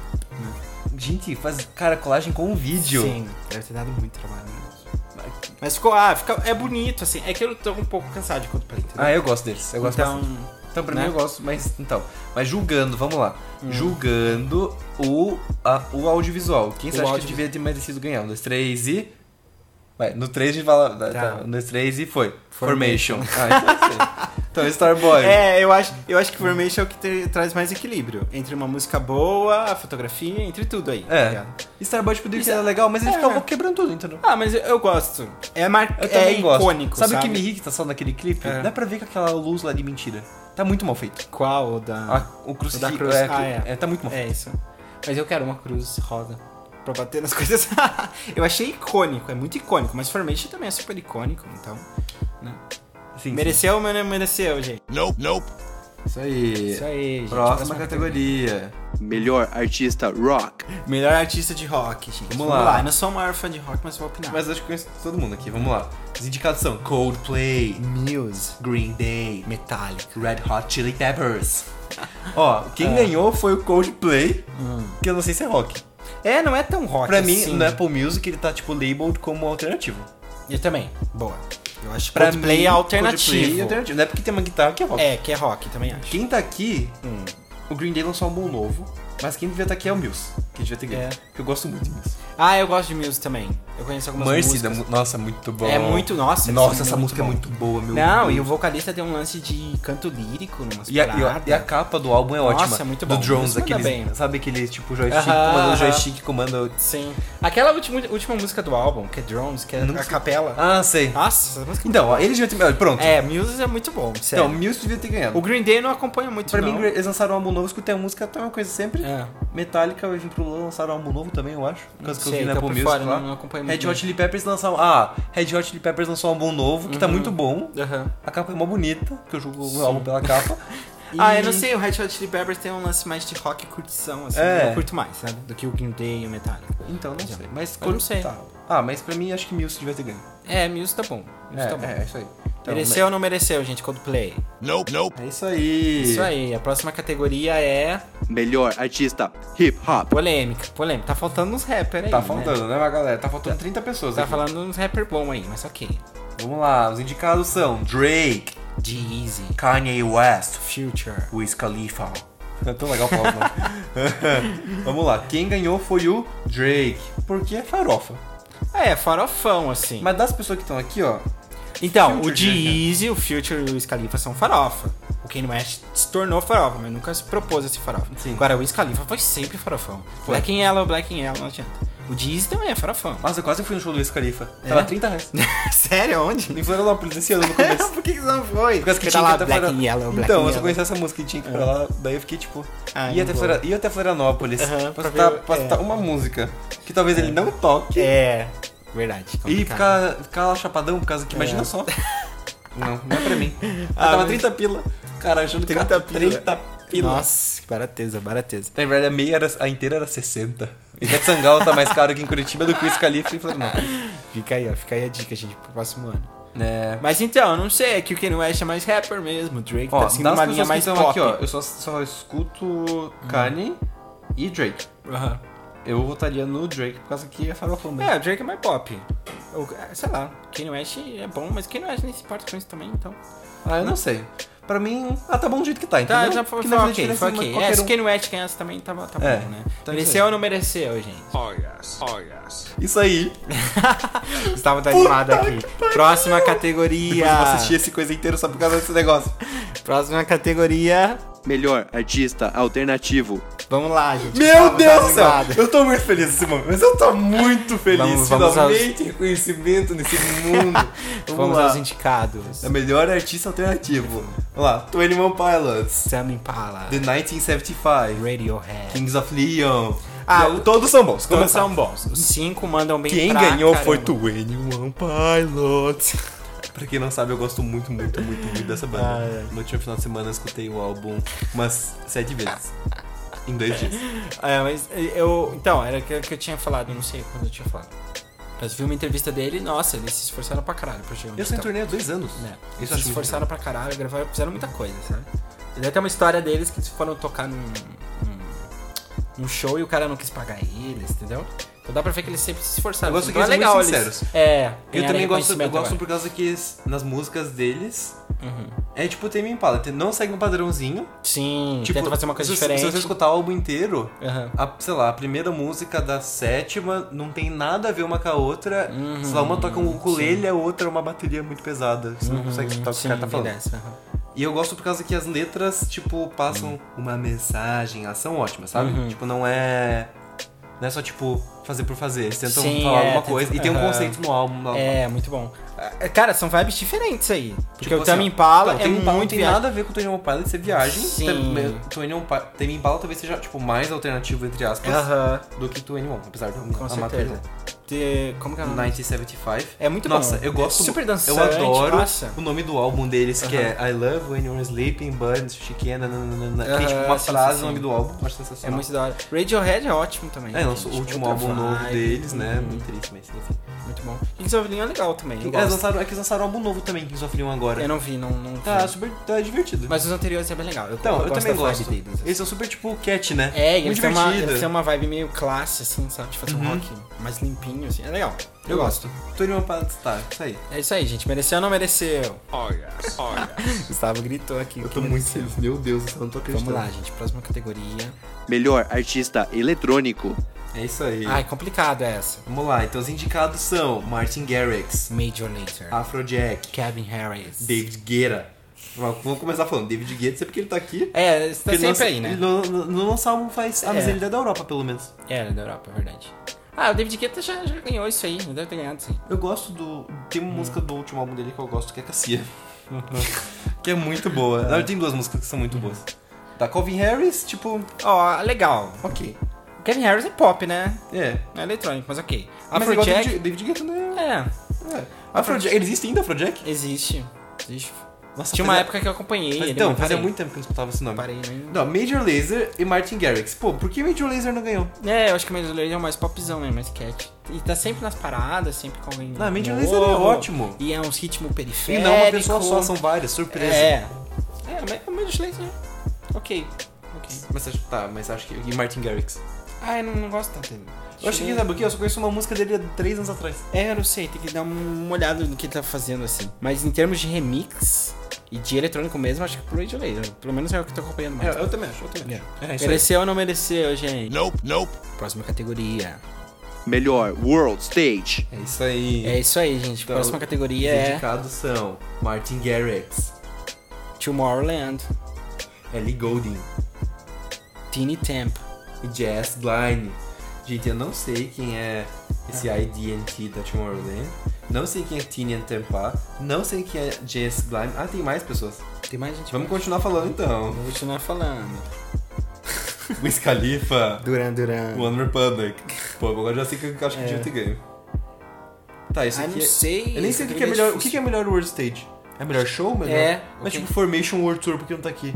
[SPEAKER 2] Gente, faz, cara, colagem com um vídeo.
[SPEAKER 1] Sim, deve ter dado muito trabalho. né? Mas ficou, ah, fica, é bonito, assim. É que eu tô um pouco cansado de Coldplay, entendeu?
[SPEAKER 2] Ah, eu gosto deles. Eu gosto
[SPEAKER 1] então,
[SPEAKER 2] bastante. Então, pra
[SPEAKER 1] né? Hum.
[SPEAKER 2] mim, eu gosto, mas... Então, mas julgando, vamos lá. Julgando o, a- o audiovisual. Quem
[SPEAKER 1] O
[SPEAKER 2] você acha que
[SPEAKER 1] audiovisual.
[SPEAKER 2] devia ter merecido ganhar? Um, dois, três e... Vai, no três a gente fala... Tá.
[SPEAKER 1] Tá.
[SPEAKER 2] um, dois, três e foi. Formation.
[SPEAKER 1] Formation.
[SPEAKER 2] ah,
[SPEAKER 1] [LAUGHS]
[SPEAKER 2] então, é isso aí. então, Starboy.
[SPEAKER 1] É, eu acho, eu acho que Formation é o que te- traz mais equilíbrio. Entre uma música boa, a fotografia, entre tudo aí. tá
[SPEAKER 2] É.
[SPEAKER 1] ligado?
[SPEAKER 2] Starboy tipo, poderia
[SPEAKER 1] Isso
[SPEAKER 2] ser
[SPEAKER 1] é-
[SPEAKER 2] legal, mas ele
[SPEAKER 1] é.
[SPEAKER 2] ficava quebrando tudo, entendeu?
[SPEAKER 1] Ah, mas eu, eu gosto. É, mar...
[SPEAKER 2] Eu
[SPEAKER 1] é
[SPEAKER 2] também gosto.
[SPEAKER 1] icônico,
[SPEAKER 2] sabe
[SPEAKER 1] sabe?
[SPEAKER 2] o que me irrita só naquele clipe?
[SPEAKER 1] É.
[SPEAKER 2] Dá pra ver que aquela luz lá de mentira. Tá muito mal feito.
[SPEAKER 1] Qual Ah. o da...
[SPEAKER 2] A- o crucifixo.
[SPEAKER 1] da cruz.
[SPEAKER 2] É,
[SPEAKER 1] Ah, é.
[SPEAKER 2] é, tá muito mal feito.
[SPEAKER 1] É isso. Mas eu quero uma cruz roda pra bater nas [LAUGHS] coisas. eu achei icônico, é muito icônico. Mas Formation também é super icônico, então... né?
[SPEAKER 2] Sim,
[SPEAKER 1] Mereceu, mas não mereceu, gente.
[SPEAKER 2] sim. Isso aí.
[SPEAKER 1] Isso aí, gente.
[SPEAKER 2] É. Próxima, categoria.
[SPEAKER 3] Melhor artista rock.
[SPEAKER 1] Melhor artista de rock, gente.
[SPEAKER 2] Vamos lá.
[SPEAKER 1] Eu não sou o maior fã de rock, mas vou opinar.
[SPEAKER 2] Mas acho que conheço todo mundo aqui. Vamos lá. As indicados são Coldplay,
[SPEAKER 1] Muse,
[SPEAKER 2] Green Day,
[SPEAKER 1] Metallica.
[SPEAKER 2] Red Hot Chili
[SPEAKER 1] [LAUGHS]
[SPEAKER 2] Peppers. Ó, quem ganhou foi o Coldplay,
[SPEAKER 1] Hum.
[SPEAKER 2] que eu não sei se é rock.
[SPEAKER 1] É, não é tão rock
[SPEAKER 2] Pra mim,
[SPEAKER 1] assim.
[SPEAKER 2] no Apple Music, ele tá, tipo, labeled como alternativo.
[SPEAKER 1] Eu também. Boa. Eu acho
[SPEAKER 2] Pra
[SPEAKER 1] Coldplay
[SPEAKER 2] mim,
[SPEAKER 1] é alternativo.
[SPEAKER 2] Coldplay é alternativo. Não é porque tem uma guitarra que é rock.
[SPEAKER 1] É, que é rock, também acho.
[SPEAKER 2] Quem tá aqui,
[SPEAKER 1] Hum.
[SPEAKER 2] o Green Day lançou um álbum novo, mas quem devia estar aqui é o Mills, que devia ter ganho.
[SPEAKER 1] É.
[SPEAKER 2] Porque eu gosto muito de Mills.
[SPEAKER 1] Ah, eu gosto de Muse também. Eu conheço algumas
[SPEAKER 2] Mercy, da
[SPEAKER 1] músicas.
[SPEAKER 2] mu- nossa, muito bom.
[SPEAKER 1] É muito- nossa, eles
[SPEAKER 2] Nossa,
[SPEAKER 1] são
[SPEAKER 2] essa
[SPEAKER 1] muito
[SPEAKER 2] música
[SPEAKER 1] bom.
[SPEAKER 2] é muito boa, meu
[SPEAKER 1] Não,
[SPEAKER 2] Deus.
[SPEAKER 1] e o vocalista tem um lance de canto lírico, numas
[SPEAKER 2] E a, e a-
[SPEAKER 1] paradas.
[SPEAKER 2] e a capa do álbum é
[SPEAKER 1] Nossa,
[SPEAKER 2] ótima.
[SPEAKER 1] é muito
[SPEAKER 2] Do
[SPEAKER 1] bom.
[SPEAKER 2] drones,
[SPEAKER 1] Isso manda
[SPEAKER 2] aqueles,
[SPEAKER 1] bem.
[SPEAKER 2] sabe aqueles tipo joystick,
[SPEAKER 1] Aham,
[SPEAKER 2] comanda o
[SPEAKER 1] aham.
[SPEAKER 2] joystick, comanda...
[SPEAKER 1] Sim. Aquela última, última música do álbum, que é Drones, que é
[SPEAKER 2] Não
[SPEAKER 1] a
[SPEAKER 2] sei.
[SPEAKER 1] capela.
[SPEAKER 2] Ah, sei.
[SPEAKER 1] Nossa, essa música
[SPEAKER 2] Então, ó, ele devia ter... olha, Pronto.
[SPEAKER 1] É, Muse é muito bom, sério.
[SPEAKER 2] então, Mills devia ter ganhado.
[SPEAKER 1] o Green Day não acompanha muito,
[SPEAKER 2] Pra
[SPEAKER 1] não.
[SPEAKER 2] mim, eles lançaram um álbum novo, eu escutei a música, tá uma coisa sempre.
[SPEAKER 1] É.
[SPEAKER 2] Metallica vai vir pro Lula lançar um álbum novo também, eu acho. Por causa que eu
[SPEAKER 1] sei,
[SPEAKER 2] vi na
[SPEAKER 1] tô
[SPEAKER 2] Apple
[SPEAKER 1] por
[SPEAKER 2] Music
[SPEAKER 1] fora,
[SPEAKER 2] lá.
[SPEAKER 1] não- não acompanho muito
[SPEAKER 2] Red
[SPEAKER 1] bem.
[SPEAKER 2] Hot Chili Peppers lançou... Ah, Red Hot Chili Peppers lançou um álbum novo, que tá
[SPEAKER 1] Uhum.
[SPEAKER 2] muito bom.
[SPEAKER 1] Aham.
[SPEAKER 2] A capa é mó bonita, que eu julgo o álbum pela
[SPEAKER 1] [LAUGHS]
[SPEAKER 2] capa.
[SPEAKER 1] Ah, eu
[SPEAKER 2] E-
[SPEAKER 1] não sei, o Red Hot Chili Peppers tem um lance mais de rock e curtição, assim.
[SPEAKER 2] É.
[SPEAKER 1] Eu curto mais, sabe? Do que o Green Day e o Metallica.
[SPEAKER 2] Então, não sei. Mas
[SPEAKER 1] Eu não sei.
[SPEAKER 2] tá. Ah, mas pra mim, acho que Mills devia ter ganho.
[SPEAKER 1] É, Muse tá bom. Muse
[SPEAKER 2] é,
[SPEAKER 1] tá bom.
[SPEAKER 2] é, é isso aí. Então,
[SPEAKER 1] mereceu ou não mereceu, gente, Coldplay?
[SPEAKER 2] né? É isso aí.
[SPEAKER 1] Isso aí, a próxima categoria é
[SPEAKER 3] Melhor artista hip hop.
[SPEAKER 1] polêmica. Polêmica, tá faltando uns rappers aí,
[SPEAKER 2] Tá
[SPEAKER 1] né?
[SPEAKER 2] faltando, né, galera? Tá faltando 30 pessoas
[SPEAKER 1] Tá
[SPEAKER 2] aqui.
[SPEAKER 1] falando uns rapper bom aí, mas ok.
[SPEAKER 2] Vamos lá, os indicados são Drake,
[SPEAKER 1] G-Eazy,
[SPEAKER 2] Kanye West,
[SPEAKER 1] Future.
[SPEAKER 2] Wiz Khalifa. [LAUGHS] É tão legal falar [LAUGHS] não. Vamos lá, quem ganhou foi o Drake, porque é farofa.
[SPEAKER 1] É, farofão, assim.
[SPEAKER 2] Mas das pessoas que estão aqui, ó,
[SPEAKER 1] então,
[SPEAKER 2] Future, né,
[SPEAKER 1] o G-Eazy, o Future e o Scalifa são farofa. O Kanye West se tornou farofa, mas nunca se propôs a ser farofa.
[SPEAKER 2] Sim.
[SPEAKER 1] Agora, o Scalifa foi sempre farofão.
[SPEAKER 2] Foi.
[SPEAKER 1] Black in Yellow, Black in Yellow, não adianta. O G-Eazy também
[SPEAKER 2] [LAUGHS]
[SPEAKER 1] é farofão.
[SPEAKER 2] mas eu quase fui no show do Wiz Khalifa.
[SPEAKER 1] É?
[SPEAKER 2] Tava 30 reais.
[SPEAKER 1] Sério, onde?
[SPEAKER 2] Em Florianópolis, esse ano no começo.
[SPEAKER 1] [LAUGHS] Por que que você não foi?
[SPEAKER 2] Por causa que
[SPEAKER 1] tá
[SPEAKER 2] tinha
[SPEAKER 1] lá,
[SPEAKER 2] que ir até
[SPEAKER 1] Black
[SPEAKER 2] Flora-
[SPEAKER 1] in Yellow, Black
[SPEAKER 2] Então,
[SPEAKER 1] in
[SPEAKER 2] eu só
[SPEAKER 1] Yellow. É.
[SPEAKER 2] conhecia essa música e tinha que ir pra lá, daí eu fiquei tipo.
[SPEAKER 1] Ah,
[SPEAKER 2] ia,
[SPEAKER 1] não
[SPEAKER 2] até
[SPEAKER 1] vou.
[SPEAKER 2] Flora... ia até Florianópolis pra,
[SPEAKER 1] Aham, pra
[SPEAKER 2] citar,
[SPEAKER 1] ver-
[SPEAKER 2] pra
[SPEAKER 1] é.
[SPEAKER 2] citar uma música que talvez ele não toque.
[SPEAKER 1] É, verdade.
[SPEAKER 2] E
[SPEAKER 1] complicado. né? É.
[SPEAKER 2] ficar, ficar lá chapadão, por causa que imagina
[SPEAKER 1] [LAUGHS]
[SPEAKER 2] só. Não, não é pra mim. Eu
[SPEAKER 1] Ah,
[SPEAKER 2] tava
[SPEAKER 1] mas-
[SPEAKER 2] 30 pila. Cara, achando que
[SPEAKER 1] 30
[SPEAKER 2] era
[SPEAKER 1] pila.
[SPEAKER 2] 30 pila.
[SPEAKER 1] Nossa, que barateza, barateza.
[SPEAKER 2] Na verdade, a meia era, a inteira era 60. E Sangal tá mais caro que em Curitiba do que o Scalifa e Florianópolis.
[SPEAKER 1] Fica aí, ó. Fica aí a dica, gente, pro próximo ano.
[SPEAKER 2] É.
[SPEAKER 1] Mas então, não sei, é que o Kanye West é mais rapper mesmo. O Drake
[SPEAKER 2] Ó,
[SPEAKER 1] tá
[SPEAKER 2] das
[SPEAKER 1] seguindo uma
[SPEAKER 2] pessoas
[SPEAKER 1] linha
[SPEAKER 2] que
[SPEAKER 1] mais
[SPEAKER 2] estão
[SPEAKER 1] pop.
[SPEAKER 2] aqui, ó, eu só, só escuto Kanye e Drake.
[SPEAKER 1] Aham.
[SPEAKER 2] Eu votaria no Drake por causa que é farofão mesmo.
[SPEAKER 1] É, o Drake é mais pop. O- é, sei lá, Kanye West é bom, mas Kanye West nem se importa com isso também, então...
[SPEAKER 2] Ah, eu não sei. pra mim, ah, tá bom do jeito que tá,
[SPEAKER 1] Tá,
[SPEAKER 2] entendeu?
[SPEAKER 1] já foi,
[SPEAKER 2] Que
[SPEAKER 1] foi
[SPEAKER 2] na
[SPEAKER 1] ok,
[SPEAKER 2] verdade,
[SPEAKER 1] foi
[SPEAKER 2] assim,
[SPEAKER 1] ok.
[SPEAKER 2] qualquer
[SPEAKER 1] É,
[SPEAKER 2] um-
[SPEAKER 1] Skin Wet Kansas também tava, tá
[SPEAKER 2] É,
[SPEAKER 1] bom, né?
[SPEAKER 2] então é isso
[SPEAKER 1] mereceu
[SPEAKER 2] aí.
[SPEAKER 1] ou não mereceu, gente?
[SPEAKER 2] Isso
[SPEAKER 1] [LAUGHS]
[SPEAKER 2] aí.
[SPEAKER 1] Estava animado aqui. Próxima categoria.
[SPEAKER 2] tá Depois eu vou assistir esse coisa inteiro só por causa desse negócio.
[SPEAKER 1] Tipo, Próxima categoria.
[SPEAKER 3] Melhor artista alternativo.
[SPEAKER 1] Vamos lá, gente.
[SPEAKER 2] Meu
[SPEAKER 1] Calma,
[SPEAKER 2] Deus
[SPEAKER 1] tá
[SPEAKER 2] do céu!
[SPEAKER 1] animado.
[SPEAKER 2] Eu tô muito feliz nesse momento. Mas eu tô muito feliz.
[SPEAKER 1] Vamos- vamos aos-
[SPEAKER 2] Finalmente reconhecimento nesse
[SPEAKER 1] [LAUGHS]
[SPEAKER 2] mundo.
[SPEAKER 1] Vamos,
[SPEAKER 2] lá.
[SPEAKER 1] aos indicados.
[SPEAKER 2] É melhor artista alternativo. Vamos lá. 21 Pilots.
[SPEAKER 1] Sam Impala.
[SPEAKER 2] The 1975.
[SPEAKER 1] Radiohead.
[SPEAKER 2] Kings of Leon.
[SPEAKER 1] Ah,
[SPEAKER 2] Não, todos são bons.
[SPEAKER 1] Todos
[SPEAKER 2] começar.
[SPEAKER 1] são bons. Os cinco mandam bem
[SPEAKER 2] Quem
[SPEAKER 1] pra
[SPEAKER 2] ganhou
[SPEAKER 1] caramba.
[SPEAKER 2] foi 21 Pilots. [LAUGHS] pra quem não sabe, eu gosto muito, muito, muito, muito dessa banda.
[SPEAKER 1] Ah, é.
[SPEAKER 2] No último final de semana eu escutei o álbum umas sete vezes. Em dois dias.
[SPEAKER 1] É, mas eu. Então, era o que que eu tinha falado, não sei quando eu tinha falado. Mas vi uma entrevista dele e, nossa, eles se esforçaram pra caralho pra chegar onde
[SPEAKER 2] Eu sou em
[SPEAKER 1] estão.
[SPEAKER 2] turnê há dois anos. Isso
[SPEAKER 1] né?
[SPEAKER 2] eu
[SPEAKER 1] Eles
[SPEAKER 2] acho
[SPEAKER 1] se
[SPEAKER 2] muito
[SPEAKER 1] esforçaram pra caralho, gravaram, fizeram muita coisa, sabe? Tem até uma história deles que eles foram tocar num, num- num show e o cara não quis pagar eles, entendeu? Então dá pra ver que eles sempre se esforçaram.
[SPEAKER 2] Eu gosto
[SPEAKER 1] Então
[SPEAKER 2] que
[SPEAKER 1] é
[SPEAKER 2] eles são
[SPEAKER 1] legal,
[SPEAKER 2] muito
[SPEAKER 1] eles.
[SPEAKER 2] sinceros.
[SPEAKER 1] É,
[SPEAKER 2] Eu
[SPEAKER 1] ganharam
[SPEAKER 2] também gosto, eu
[SPEAKER 1] reconhecimento
[SPEAKER 2] gosto
[SPEAKER 1] agora.
[SPEAKER 2] por causa que es- nas músicas deles
[SPEAKER 1] Uhum.
[SPEAKER 2] é tipo Tame Impala, te- não segue um padrãozinho.
[SPEAKER 1] Sim,
[SPEAKER 2] Tipo,
[SPEAKER 1] tenta fazer uma coisa
[SPEAKER 2] se,
[SPEAKER 1] diferente.
[SPEAKER 2] Se você escutar o álbum inteiro,
[SPEAKER 1] Aham.
[SPEAKER 2] a, sei lá, a primeira música da sétima não tem nada a ver uma com a outra.
[SPEAKER 1] Uhum.
[SPEAKER 2] sei lá, uma toca um ukulele, a outra é uma bateria muito pesada. Você não consegue escutar o que
[SPEAKER 1] Uhum. Sim,
[SPEAKER 2] o cara tá
[SPEAKER 1] bem
[SPEAKER 2] falando.
[SPEAKER 1] dessa, aham.
[SPEAKER 2] E eu gosto por causa que as letras, tipo, passam uma mensagem. Elas são ótimas, sabe?
[SPEAKER 1] Uhum.
[SPEAKER 2] Tipo, não é. Não é só, tipo, fazer por fazer. Eles tentam
[SPEAKER 1] Sim,
[SPEAKER 2] falar
[SPEAKER 1] é,
[SPEAKER 2] alguma
[SPEAKER 1] tenta-
[SPEAKER 2] coisa. E tem um
[SPEAKER 1] aham.
[SPEAKER 2] conceito no álbum. lá-
[SPEAKER 1] É, muito bom. Ah, Cara, são vibes diferentes aí. Porque
[SPEAKER 2] Tipo
[SPEAKER 1] o
[SPEAKER 2] assim,
[SPEAKER 1] Tame
[SPEAKER 2] ó,
[SPEAKER 1] Impala
[SPEAKER 2] então,
[SPEAKER 1] é
[SPEAKER 2] Tame Impala
[SPEAKER 1] muito
[SPEAKER 2] Não tem
[SPEAKER 1] viagem.
[SPEAKER 2] nada a ver com o Tame Impala de ser viagem.
[SPEAKER 1] Sim.
[SPEAKER 2] Tam- Tame Impala- Tame Impala talvez seja, tipo, mais alternativo, entre aspas,
[SPEAKER 1] Aham,
[SPEAKER 2] do que Tame Impala, apesar de eu
[SPEAKER 1] com
[SPEAKER 2] amar
[SPEAKER 1] certeza.
[SPEAKER 2] Tame Impala.
[SPEAKER 1] Te- Como que é o nome?
[SPEAKER 2] 1975.
[SPEAKER 1] É muito
[SPEAKER 2] nossa,
[SPEAKER 1] bom.
[SPEAKER 2] eu gosto.
[SPEAKER 1] É super
[SPEAKER 2] muito. Eu
[SPEAKER 1] dançante,
[SPEAKER 2] adoro
[SPEAKER 1] nossa.
[SPEAKER 2] o nome do álbum deles, que é I Love When You're Sleeping, Burns, Chiquena, nananana. Que é
[SPEAKER 1] Aham,
[SPEAKER 2] tipo uma
[SPEAKER 1] sim,
[SPEAKER 2] frase
[SPEAKER 1] sim,
[SPEAKER 2] no nome
[SPEAKER 1] sim.
[SPEAKER 2] do álbum, eu acho
[SPEAKER 1] É
[SPEAKER 2] sensacional.
[SPEAKER 1] muito da hora. Radiohead é ótimo também.
[SPEAKER 2] É, lançou o
[SPEAKER 1] gente.
[SPEAKER 2] último
[SPEAKER 1] Outra
[SPEAKER 2] álbum novo
[SPEAKER 1] vibe.
[SPEAKER 2] deles, né?
[SPEAKER 1] Uhum,
[SPEAKER 2] Muito triste, mas enfim.
[SPEAKER 1] Muito bom. Kings of Leon é legal também. Eu,
[SPEAKER 2] É,
[SPEAKER 1] gosto.
[SPEAKER 2] eles lançaram, é que eles lançaram um álbum novo também, Kings of Leon agora.
[SPEAKER 1] Eu não vi, não, não vi.
[SPEAKER 2] Tá super tá divertido.
[SPEAKER 1] Mas os anteriores é bem legal. Eu,
[SPEAKER 2] então, eu,
[SPEAKER 1] gosto
[SPEAKER 2] também
[SPEAKER 1] da vibe
[SPEAKER 2] gosto.
[SPEAKER 1] deles, assim.
[SPEAKER 2] Eles são super tipo cat, né?
[SPEAKER 1] É, e eles
[SPEAKER 2] muito
[SPEAKER 1] têm, uma,
[SPEAKER 2] divertido. Uhum.
[SPEAKER 1] eles têm uma vibe meio classe, assim, sabe? De fazer um rock mais limpinho, assim. É legal. Eu, gosto.
[SPEAKER 2] Tony Mopato, tá, isso aí.
[SPEAKER 1] É isso aí, gente. Mereceu ou não mereceu? [LAUGHS] Gustavo gritou aqui. Eu
[SPEAKER 2] feliz, meu Deus, eu não tô
[SPEAKER 1] Vamos lá, gente. Próxima categoria.
[SPEAKER 3] Melhor artista eletrônico.
[SPEAKER 2] É isso aí.
[SPEAKER 1] Ai, complicado essa.
[SPEAKER 2] Vamos lá, então os indicados são Martin Garrix,
[SPEAKER 1] Major Later.
[SPEAKER 2] Ah. Afrojack,
[SPEAKER 1] Kevin Harris.
[SPEAKER 2] David Guetta. Vamos vamos começar falando, David Guetta, sei porque ele tá aqui.
[SPEAKER 1] É, você tá
[SPEAKER 2] Porque ele
[SPEAKER 1] sempre
[SPEAKER 2] lança-
[SPEAKER 1] aí, né?
[SPEAKER 2] Ele não, não, não lança álbum faz. Ah, mas
[SPEAKER 1] É.
[SPEAKER 2] ele é da Europa, pelo menos.
[SPEAKER 1] É, era da Europa, é verdade. Ah, o David Guetta já, já ganhou isso aí, já deve ter ganhado sim.
[SPEAKER 2] Eu gosto do. Tem uma música do último álbum dele que eu gosto, que é Cassia. [LAUGHS] que é muito boa. Na verdade, tem duas músicas que são muito boas. Tá, Calvin Harris, tipo.
[SPEAKER 1] Ó, legal.
[SPEAKER 2] Ok.
[SPEAKER 1] O Kevin Harris é pop, né?
[SPEAKER 2] É.
[SPEAKER 1] É eletrônico, mas ok.
[SPEAKER 2] Mas é igual
[SPEAKER 1] Afrojack.
[SPEAKER 2] David, David Guetta, né?
[SPEAKER 1] É,
[SPEAKER 2] É. Afrojack. Ele existe ainda, Afrojack?
[SPEAKER 1] existe. Existe.
[SPEAKER 2] Nossa,
[SPEAKER 1] Tinha uma
[SPEAKER 2] fazia-
[SPEAKER 1] época que eu acompanhei.
[SPEAKER 2] faz-
[SPEAKER 1] ele,
[SPEAKER 2] é- então,
[SPEAKER 1] mas
[SPEAKER 2] fazia
[SPEAKER 1] parei.
[SPEAKER 2] muito tempo que eu não escutava esse nome.
[SPEAKER 1] Parei, né?
[SPEAKER 2] Não, Major Laser e Martin Garrix. Pô, por que Major Laser não ganhou?
[SPEAKER 1] É, eu acho que o Major Lazer é o mais popzão, né? Mais cat. E tá sempre nas paradas, sempre com alguém.
[SPEAKER 2] Não, Major
[SPEAKER 1] novo.
[SPEAKER 2] Laser é ótimo.
[SPEAKER 1] E é uns ritmos
[SPEAKER 2] E
[SPEAKER 1] periféricos.
[SPEAKER 2] não uma pessoa só, são várias, surpresa.
[SPEAKER 1] É. É, mas o Major Lazer. Ok. Ok.
[SPEAKER 2] Mas acho- tá, mas acho que. E Martin Garrix.
[SPEAKER 1] Ah, eu não, não gosto tanto dele.
[SPEAKER 2] Eu acho que,
[SPEAKER 1] Ele-
[SPEAKER 2] sabe o quê? Eu só conheço uma música dele há três anos atrás.
[SPEAKER 1] É, eu não sei, tem que dar um- uma olhada no que ele tá fazendo, assim. Mas em termos de remix e de eletrônico mesmo, acho que pro Radio Laser. Pelo menos é o que eu tô acompanhando mais.
[SPEAKER 2] eu também acho, eu também
[SPEAKER 1] É.
[SPEAKER 2] É, isso aí.
[SPEAKER 1] mereceu ou não mereceu, gente? Nope, nope. Próxima categoria.
[SPEAKER 3] Melhor world stage.
[SPEAKER 2] É isso aí.
[SPEAKER 1] É isso aí, gente.
[SPEAKER 2] Então,
[SPEAKER 1] Próxima
[SPEAKER 2] Os
[SPEAKER 1] categoria é
[SPEAKER 2] indicados são Martin Garrix,
[SPEAKER 1] Tomorrowland,
[SPEAKER 2] Ellie Goulding
[SPEAKER 1] Teeny Temp.
[SPEAKER 2] e Jazz Blind. Gente, eu não sei quem é esse IDNT da Tomorrowland. Não sei quem é Tinian Tempa. Não sei quem é Jazz Blind. Ah, tem mais pessoas.
[SPEAKER 1] Tem mais gente?
[SPEAKER 2] Vamos
[SPEAKER 1] pra-
[SPEAKER 2] continuar falando
[SPEAKER 1] [LAUGHS]
[SPEAKER 2] então.
[SPEAKER 1] Vamos continuar falando.
[SPEAKER 2] Wiz Khalifa,
[SPEAKER 1] Duran Duran.
[SPEAKER 2] One Republic. Pô, agora eu já sei que eu acho que
[SPEAKER 1] É.
[SPEAKER 2] devia ter ganho. Tá, isso
[SPEAKER 1] Ah,
[SPEAKER 2] aqui
[SPEAKER 1] não
[SPEAKER 2] é-
[SPEAKER 1] sei.
[SPEAKER 2] Eu nem sei o que, que é melhor. O que, que é melhor World Stage? É melhor show, melhor?
[SPEAKER 1] É,
[SPEAKER 2] Mas
[SPEAKER 1] ok.
[SPEAKER 2] tipo Formation World Tour porque não tá aqui.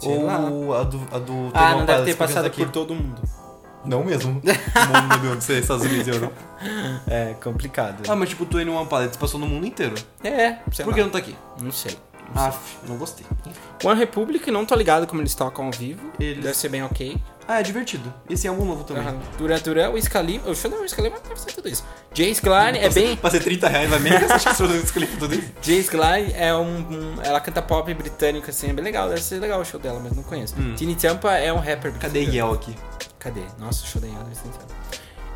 [SPEAKER 1] Sei
[SPEAKER 2] Ou a do, a do
[SPEAKER 1] Ah,
[SPEAKER 2] Taiwan Palace,
[SPEAKER 1] não deve ter
[SPEAKER 2] porque
[SPEAKER 1] passado
[SPEAKER 2] não tá
[SPEAKER 1] por todo mundo.
[SPEAKER 2] Não mesmo. [LAUGHS] O mundo meu, não sei, Estados Unidos e Europa.
[SPEAKER 1] [LAUGHS] É, complicado.
[SPEAKER 2] Ah, mas tipo, o Twenty One Pilots passou no mundo inteiro.
[SPEAKER 1] É, sei
[SPEAKER 2] Por
[SPEAKER 1] lá.
[SPEAKER 2] que não tá aqui?
[SPEAKER 1] Não sei.
[SPEAKER 2] Aff, não gostei.
[SPEAKER 1] One Republic, não tô ligado como eles tocam ao vivo.
[SPEAKER 2] Eles-
[SPEAKER 1] Deve ser bem ok.
[SPEAKER 2] Ah, é divertido. Esse é um novo também.
[SPEAKER 1] Aham. Duran Duran, é o Scalima. O Shodan o Scalima deve ser tudo isso. Jace Klein é bem.
[SPEAKER 2] Passei 30 reais na [LAUGHS] meia, você acha que você escolheu tudo isso?
[SPEAKER 1] Jace Klein é um, um- Ela canta pop britânico assim, é bem legal. Deve ser legal o show dela, mas não conheço. Tini Tampa é um rapper
[SPEAKER 2] Cadê
[SPEAKER 1] britânico.
[SPEAKER 2] Yel aqui?
[SPEAKER 1] Cadê? Nossa, o show da Yala é essencial.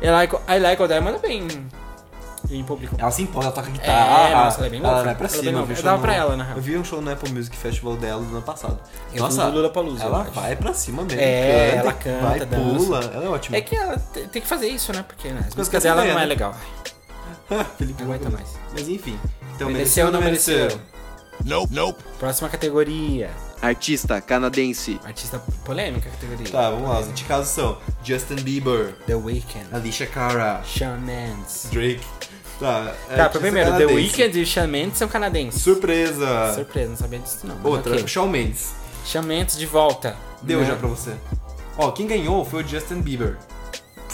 [SPEAKER 1] I like, I like All That manda bem em público.
[SPEAKER 2] Ela se empolga, ela toca guitarra.
[SPEAKER 1] guitarra. nossa, ela é bem louca.
[SPEAKER 2] vai pra
[SPEAKER 1] Ela é
[SPEAKER 2] cima. eu vi um
[SPEAKER 1] bem louca. Eu
[SPEAKER 2] show
[SPEAKER 1] dava
[SPEAKER 2] no-
[SPEAKER 1] pra ela, na real.
[SPEAKER 2] Eu vi um show no Apple Music Festival dela do ano passado.
[SPEAKER 1] Eu
[SPEAKER 2] nossa,
[SPEAKER 1] fui no Lollapalooza,
[SPEAKER 2] ela
[SPEAKER 1] eu acho.
[SPEAKER 2] vai pra cima mesmo.
[SPEAKER 1] É, ela canta,
[SPEAKER 2] vai,
[SPEAKER 1] dança.
[SPEAKER 2] pula. Ela é ótima.
[SPEAKER 1] É que ela te- tem que fazer isso, né? Porque né, as
[SPEAKER 2] Coisa
[SPEAKER 1] músicas
[SPEAKER 2] que
[SPEAKER 1] dela
[SPEAKER 2] ganha,
[SPEAKER 1] não é
[SPEAKER 2] né?
[SPEAKER 1] legal.
[SPEAKER 2] [LAUGHS] Felipe
[SPEAKER 1] Não aguenta
[SPEAKER 2] Lucas.
[SPEAKER 1] mais.
[SPEAKER 2] Mas enfim. Então,
[SPEAKER 1] mereceu ou não mereceu?
[SPEAKER 4] Nope, nope.
[SPEAKER 1] Próxima categoria.
[SPEAKER 3] Artista canadense.
[SPEAKER 1] Artista polêmica categoria.
[SPEAKER 2] Tá, vamos lá. Os indicados são Justin Bieber,
[SPEAKER 1] The Weeknd.
[SPEAKER 2] Alicia Cara,
[SPEAKER 1] Sean Mendes.
[SPEAKER 2] Drake. Tá,
[SPEAKER 1] Tá,
[SPEAKER 2] artista
[SPEAKER 1] pra primeiro, The
[SPEAKER 2] canadense.
[SPEAKER 1] Weeknd e Sean Mendes são canadenses.
[SPEAKER 2] Surpresa.
[SPEAKER 1] Surpresa, não sabia disso não. mas
[SPEAKER 2] Outra,
[SPEAKER 1] ok.
[SPEAKER 2] Shawn Mendes.
[SPEAKER 1] Shawn Mendes de volta.
[SPEAKER 2] Deu
[SPEAKER 1] Né?
[SPEAKER 2] já pra você. Ó, quem ganhou foi o Justin Bieber.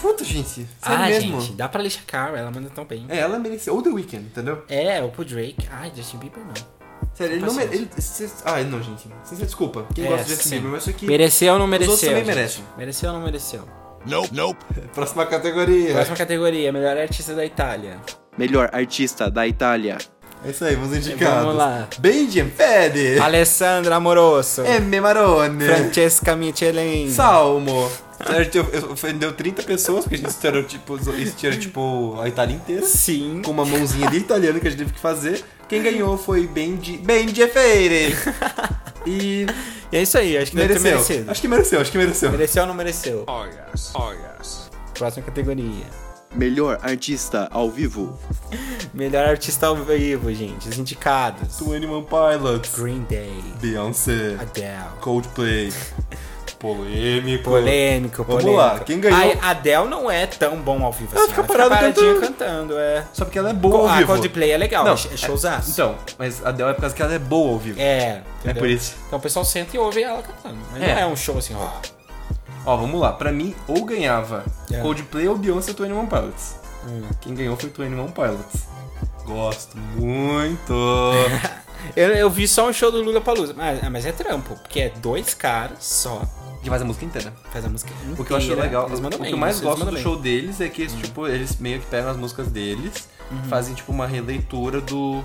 [SPEAKER 2] Puta, gente. Sério
[SPEAKER 1] ah,
[SPEAKER 2] mesmo?
[SPEAKER 1] gente, dá pra Alicia Cara, ela manda tão bem.
[SPEAKER 2] É, ela mereceu. Ou The Weeknd, entendeu?
[SPEAKER 1] É, o pro Drake. Ai, Justin Bieber não.
[SPEAKER 2] Sério, ele não
[SPEAKER 1] Paciência.
[SPEAKER 2] merece. Ah, não, gente. Sincero, desculpa. Quem
[SPEAKER 1] É,
[SPEAKER 2] gosta de Justin
[SPEAKER 1] sim.
[SPEAKER 2] Bieber, mas isso aqui.
[SPEAKER 1] Mereceu ou não mereceu?
[SPEAKER 2] outros também
[SPEAKER 1] gente?
[SPEAKER 2] merecem.
[SPEAKER 1] Mereceu ou não mereceu?
[SPEAKER 4] Nope, nope.
[SPEAKER 2] Próxima categoria.
[SPEAKER 1] Próxima categoria, melhor artista da Itália.
[SPEAKER 3] Melhor artista da Itália.
[SPEAKER 2] É isso aí, vamos indicados.
[SPEAKER 1] Vamos lá.
[SPEAKER 2] Benjamin Fede.
[SPEAKER 1] Alessandra Amoroso.
[SPEAKER 2] M. Marone.
[SPEAKER 1] Francesca Michelin.
[SPEAKER 2] Salmo. Certo, eu- eu- Ofendeu 30 pessoas, porque a gente estourou, tipo, esteira, tipo, a Itália inteira.
[SPEAKER 1] Sim.
[SPEAKER 2] Com uma mãozinha de italiano que a gente teve que fazer. Quem ganhou foi Benji. Benji Feire. E
[SPEAKER 1] E é isso aí, acho que
[SPEAKER 2] mereceu.
[SPEAKER 1] deve ter merecido.
[SPEAKER 2] Acho que mereceu, acho que mereceu.
[SPEAKER 1] Mereceu ou não mereceu?
[SPEAKER 4] Oh yes, oh yes.
[SPEAKER 1] Próxima categoria.
[SPEAKER 3] Melhor artista ao vivo.
[SPEAKER 1] Melhor artista ao vivo, gente. Os indicados.
[SPEAKER 2] Twenty One Pilots.
[SPEAKER 1] Green Day.
[SPEAKER 2] Beyoncé.
[SPEAKER 1] Adele.
[SPEAKER 2] Coldplay. Polêmico.
[SPEAKER 1] Polêmico,
[SPEAKER 2] Vamos
[SPEAKER 1] polêmico.
[SPEAKER 2] lá, quem ganhou?
[SPEAKER 1] Ai, Adele não é tão bom ao vivo
[SPEAKER 2] Ela
[SPEAKER 1] assim.
[SPEAKER 2] fica parada
[SPEAKER 1] paradinha
[SPEAKER 2] cantando.
[SPEAKER 1] cantando, é.
[SPEAKER 2] Só porque ela é boa ao
[SPEAKER 1] a
[SPEAKER 2] vivo.
[SPEAKER 1] Coldplay é legal,
[SPEAKER 2] Não,
[SPEAKER 1] é showzaço.
[SPEAKER 2] Então, mas a Adele é por causa que ela é boa ao vivo.
[SPEAKER 1] É,
[SPEAKER 2] É
[SPEAKER 1] entendeu?
[SPEAKER 2] por isso.
[SPEAKER 1] Então o pessoal senta e ouve ela cantando. Mas
[SPEAKER 2] É.
[SPEAKER 1] não é um show assim, ó.
[SPEAKER 2] Ó, vamos lá. Pra mim, ou ganhava
[SPEAKER 1] É.
[SPEAKER 2] Coldplay ou Beyoncé ou 21 Pilots. Quem ganhou foi 21 Pilots. Gosto [LAUGHS] muito.
[SPEAKER 1] Eu, eu vi só um show do Lula Palusa. Mas, ah, mas é trampo, porque é dois caras só,
[SPEAKER 2] que faz a música inteira. é
[SPEAKER 1] faz a música inteira.
[SPEAKER 2] O que eu acho legal,
[SPEAKER 1] Eles
[SPEAKER 2] o
[SPEAKER 1] mandam
[SPEAKER 2] que
[SPEAKER 1] bem,
[SPEAKER 2] eu mais
[SPEAKER 1] eles
[SPEAKER 2] gosto
[SPEAKER 1] mandam
[SPEAKER 2] do
[SPEAKER 1] bem.
[SPEAKER 2] show deles é que eles, tipo, eles meio que pegam as músicas deles, fazem tipo uma releitura do.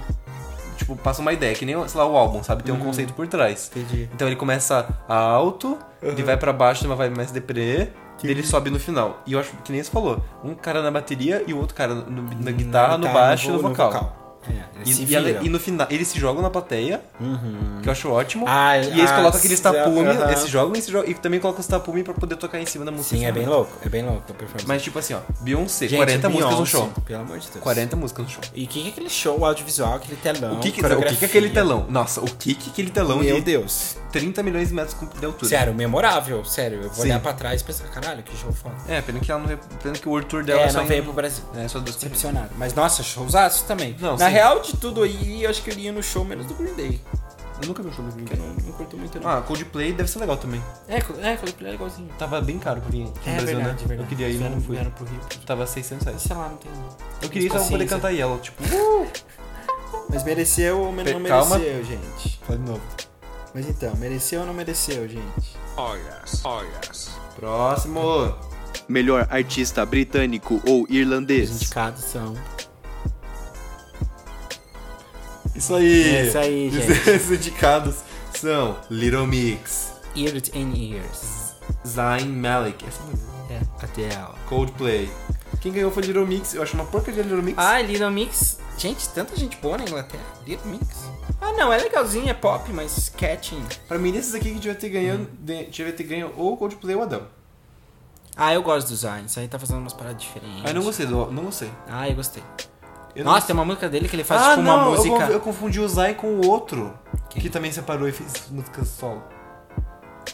[SPEAKER 2] Tipo, passa uma ideia, que nem, sei lá, o álbum, sabe? Tem um conceito por trás.
[SPEAKER 1] Entendi.
[SPEAKER 2] Então ele começa alto, ele vai pra baixo, numa vibe mais deprê, daí ele sobe no final. E eu acho que nem você falou, um cara na bateria e o outro cara no- Hum, na guitarra, no
[SPEAKER 1] Tá,
[SPEAKER 2] baixo e
[SPEAKER 1] vo-
[SPEAKER 2] no vocal.
[SPEAKER 1] É, eles se
[SPEAKER 2] E, e ale-
[SPEAKER 1] viram.
[SPEAKER 2] e no final, eles se jogam na plateia, que eu acho ótimo.
[SPEAKER 1] Ah,
[SPEAKER 2] e eles
[SPEAKER 1] ah,
[SPEAKER 2] colocam aqueles
[SPEAKER 1] se-
[SPEAKER 2] tapumes,
[SPEAKER 1] aham.
[SPEAKER 2] eles se jogam e se jogam. E também colocam os tapumes pra poder tocar em cima da música.
[SPEAKER 1] Sim, é bem louco, é bem louco a performance.
[SPEAKER 2] Mas tipo assim, ó, Beyoncé,
[SPEAKER 1] Gente,
[SPEAKER 2] 40 músicas no
[SPEAKER 1] Beyoncé,
[SPEAKER 2] show.
[SPEAKER 1] Pelo amor de Deus.
[SPEAKER 2] 40 músicas no show.
[SPEAKER 1] E o que, que é aquele show audiovisual, aquele telão?
[SPEAKER 2] O que que, o que que é
[SPEAKER 1] coreografia?
[SPEAKER 2] aquele telão? Nossa, o que que é aquele telão
[SPEAKER 1] Meu
[SPEAKER 2] de
[SPEAKER 1] Deus.
[SPEAKER 2] 30 milhões de metros de altura?
[SPEAKER 1] Sério, memorável, sério. Eu vou
[SPEAKER 2] Sim.
[SPEAKER 1] olhar pra trás e pensar, caralho, que show foda.
[SPEAKER 2] É, pena que ela não veio, pena que o World Tour dela
[SPEAKER 1] É,
[SPEAKER 2] só
[SPEAKER 1] não
[SPEAKER 2] em-
[SPEAKER 1] veio pro Brasil.
[SPEAKER 2] É, só duas pessoas.
[SPEAKER 1] Decepcionado. Mas nossa, showzaço também.
[SPEAKER 2] Não,
[SPEAKER 1] Na
[SPEAKER 2] sim.
[SPEAKER 1] real de tudo aí, eu acho que eu iria no show menos do Green Day.
[SPEAKER 2] Eu nunca vi um show do Green
[SPEAKER 1] Porque eu
[SPEAKER 2] Day.
[SPEAKER 1] não, não curto muito não.
[SPEAKER 2] Ah, Coldplay deve ser legal também.
[SPEAKER 1] É, co- é, Coldplay é legalzinho.
[SPEAKER 2] Tava bem caro pra vir aqui no
[SPEAKER 1] É
[SPEAKER 2] Brasil,
[SPEAKER 1] verdade,
[SPEAKER 2] né?
[SPEAKER 1] é verdade.
[SPEAKER 2] Eu queria ir,
[SPEAKER 1] Vieram-
[SPEAKER 2] não fui.
[SPEAKER 1] vieram pro Rio.
[SPEAKER 2] Tava 600 reais.
[SPEAKER 1] Sei lá, não tem...
[SPEAKER 2] Eu
[SPEAKER 1] Tipo
[SPEAKER 2] queria só poder
[SPEAKER 1] consciência.
[SPEAKER 2] cantar Yellow, tipo... [LAUGHS]
[SPEAKER 1] Mas mereceu ou men- não
[SPEAKER 2] Calma.
[SPEAKER 1] mereceu, gente?
[SPEAKER 2] Fala de novo.
[SPEAKER 1] Mas então, mereceu ou não mereceu, gente?
[SPEAKER 4] Oh yes, oh yes.
[SPEAKER 2] Próximo.
[SPEAKER 3] Melhor artista britânico ou
[SPEAKER 1] Os
[SPEAKER 3] irlandês.
[SPEAKER 1] indicados são...
[SPEAKER 2] Isso aí.
[SPEAKER 1] É isso aí, gente.
[SPEAKER 2] Os [LAUGHS] indicados são Little Mix,
[SPEAKER 1] Ears and Ears.
[SPEAKER 2] Zayn Malik, essa música,
[SPEAKER 1] É, Adele.
[SPEAKER 2] Coldplay. Quem ganhou foi Little Mix. Eu acho uma porcaria de Little Mix.
[SPEAKER 1] Ah, Little Mix. Gente, tanta gente boa na Inglaterra. Little Mix. Ah, não, é legalzinho, é pop, mas catching.
[SPEAKER 2] Pra mim, desses aqui que devia ter ganho,
[SPEAKER 1] Hum.
[SPEAKER 2] de- devia ter ganho ou Coldplay ou Adele.
[SPEAKER 1] Ah, eu gosto do Zayn. Isso aí tá fazendo umas paradas diferentes.
[SPEAKER 2] Ah, eu não gostei do... Não gostei.
[SPEAKER 1] Ah, eu gostei.
[SPEAKER 2] Eu não
[SPEAKER 1] Nossa, tem uma música dele que ele faz
[SPEAKER 2] ah,
[SPEAKER 1] tipo
[SPEAKER 2] não,
[SPEAKER 1] uma
[SPEAKER 2] eu
[SPEAKER 1] música.
[SPEAKER 2] conf- Eu confundi o Zayn com o outro.
[SPEAKER 1] Quem?
[SPEAKER 2] Que também separou e fez música solo.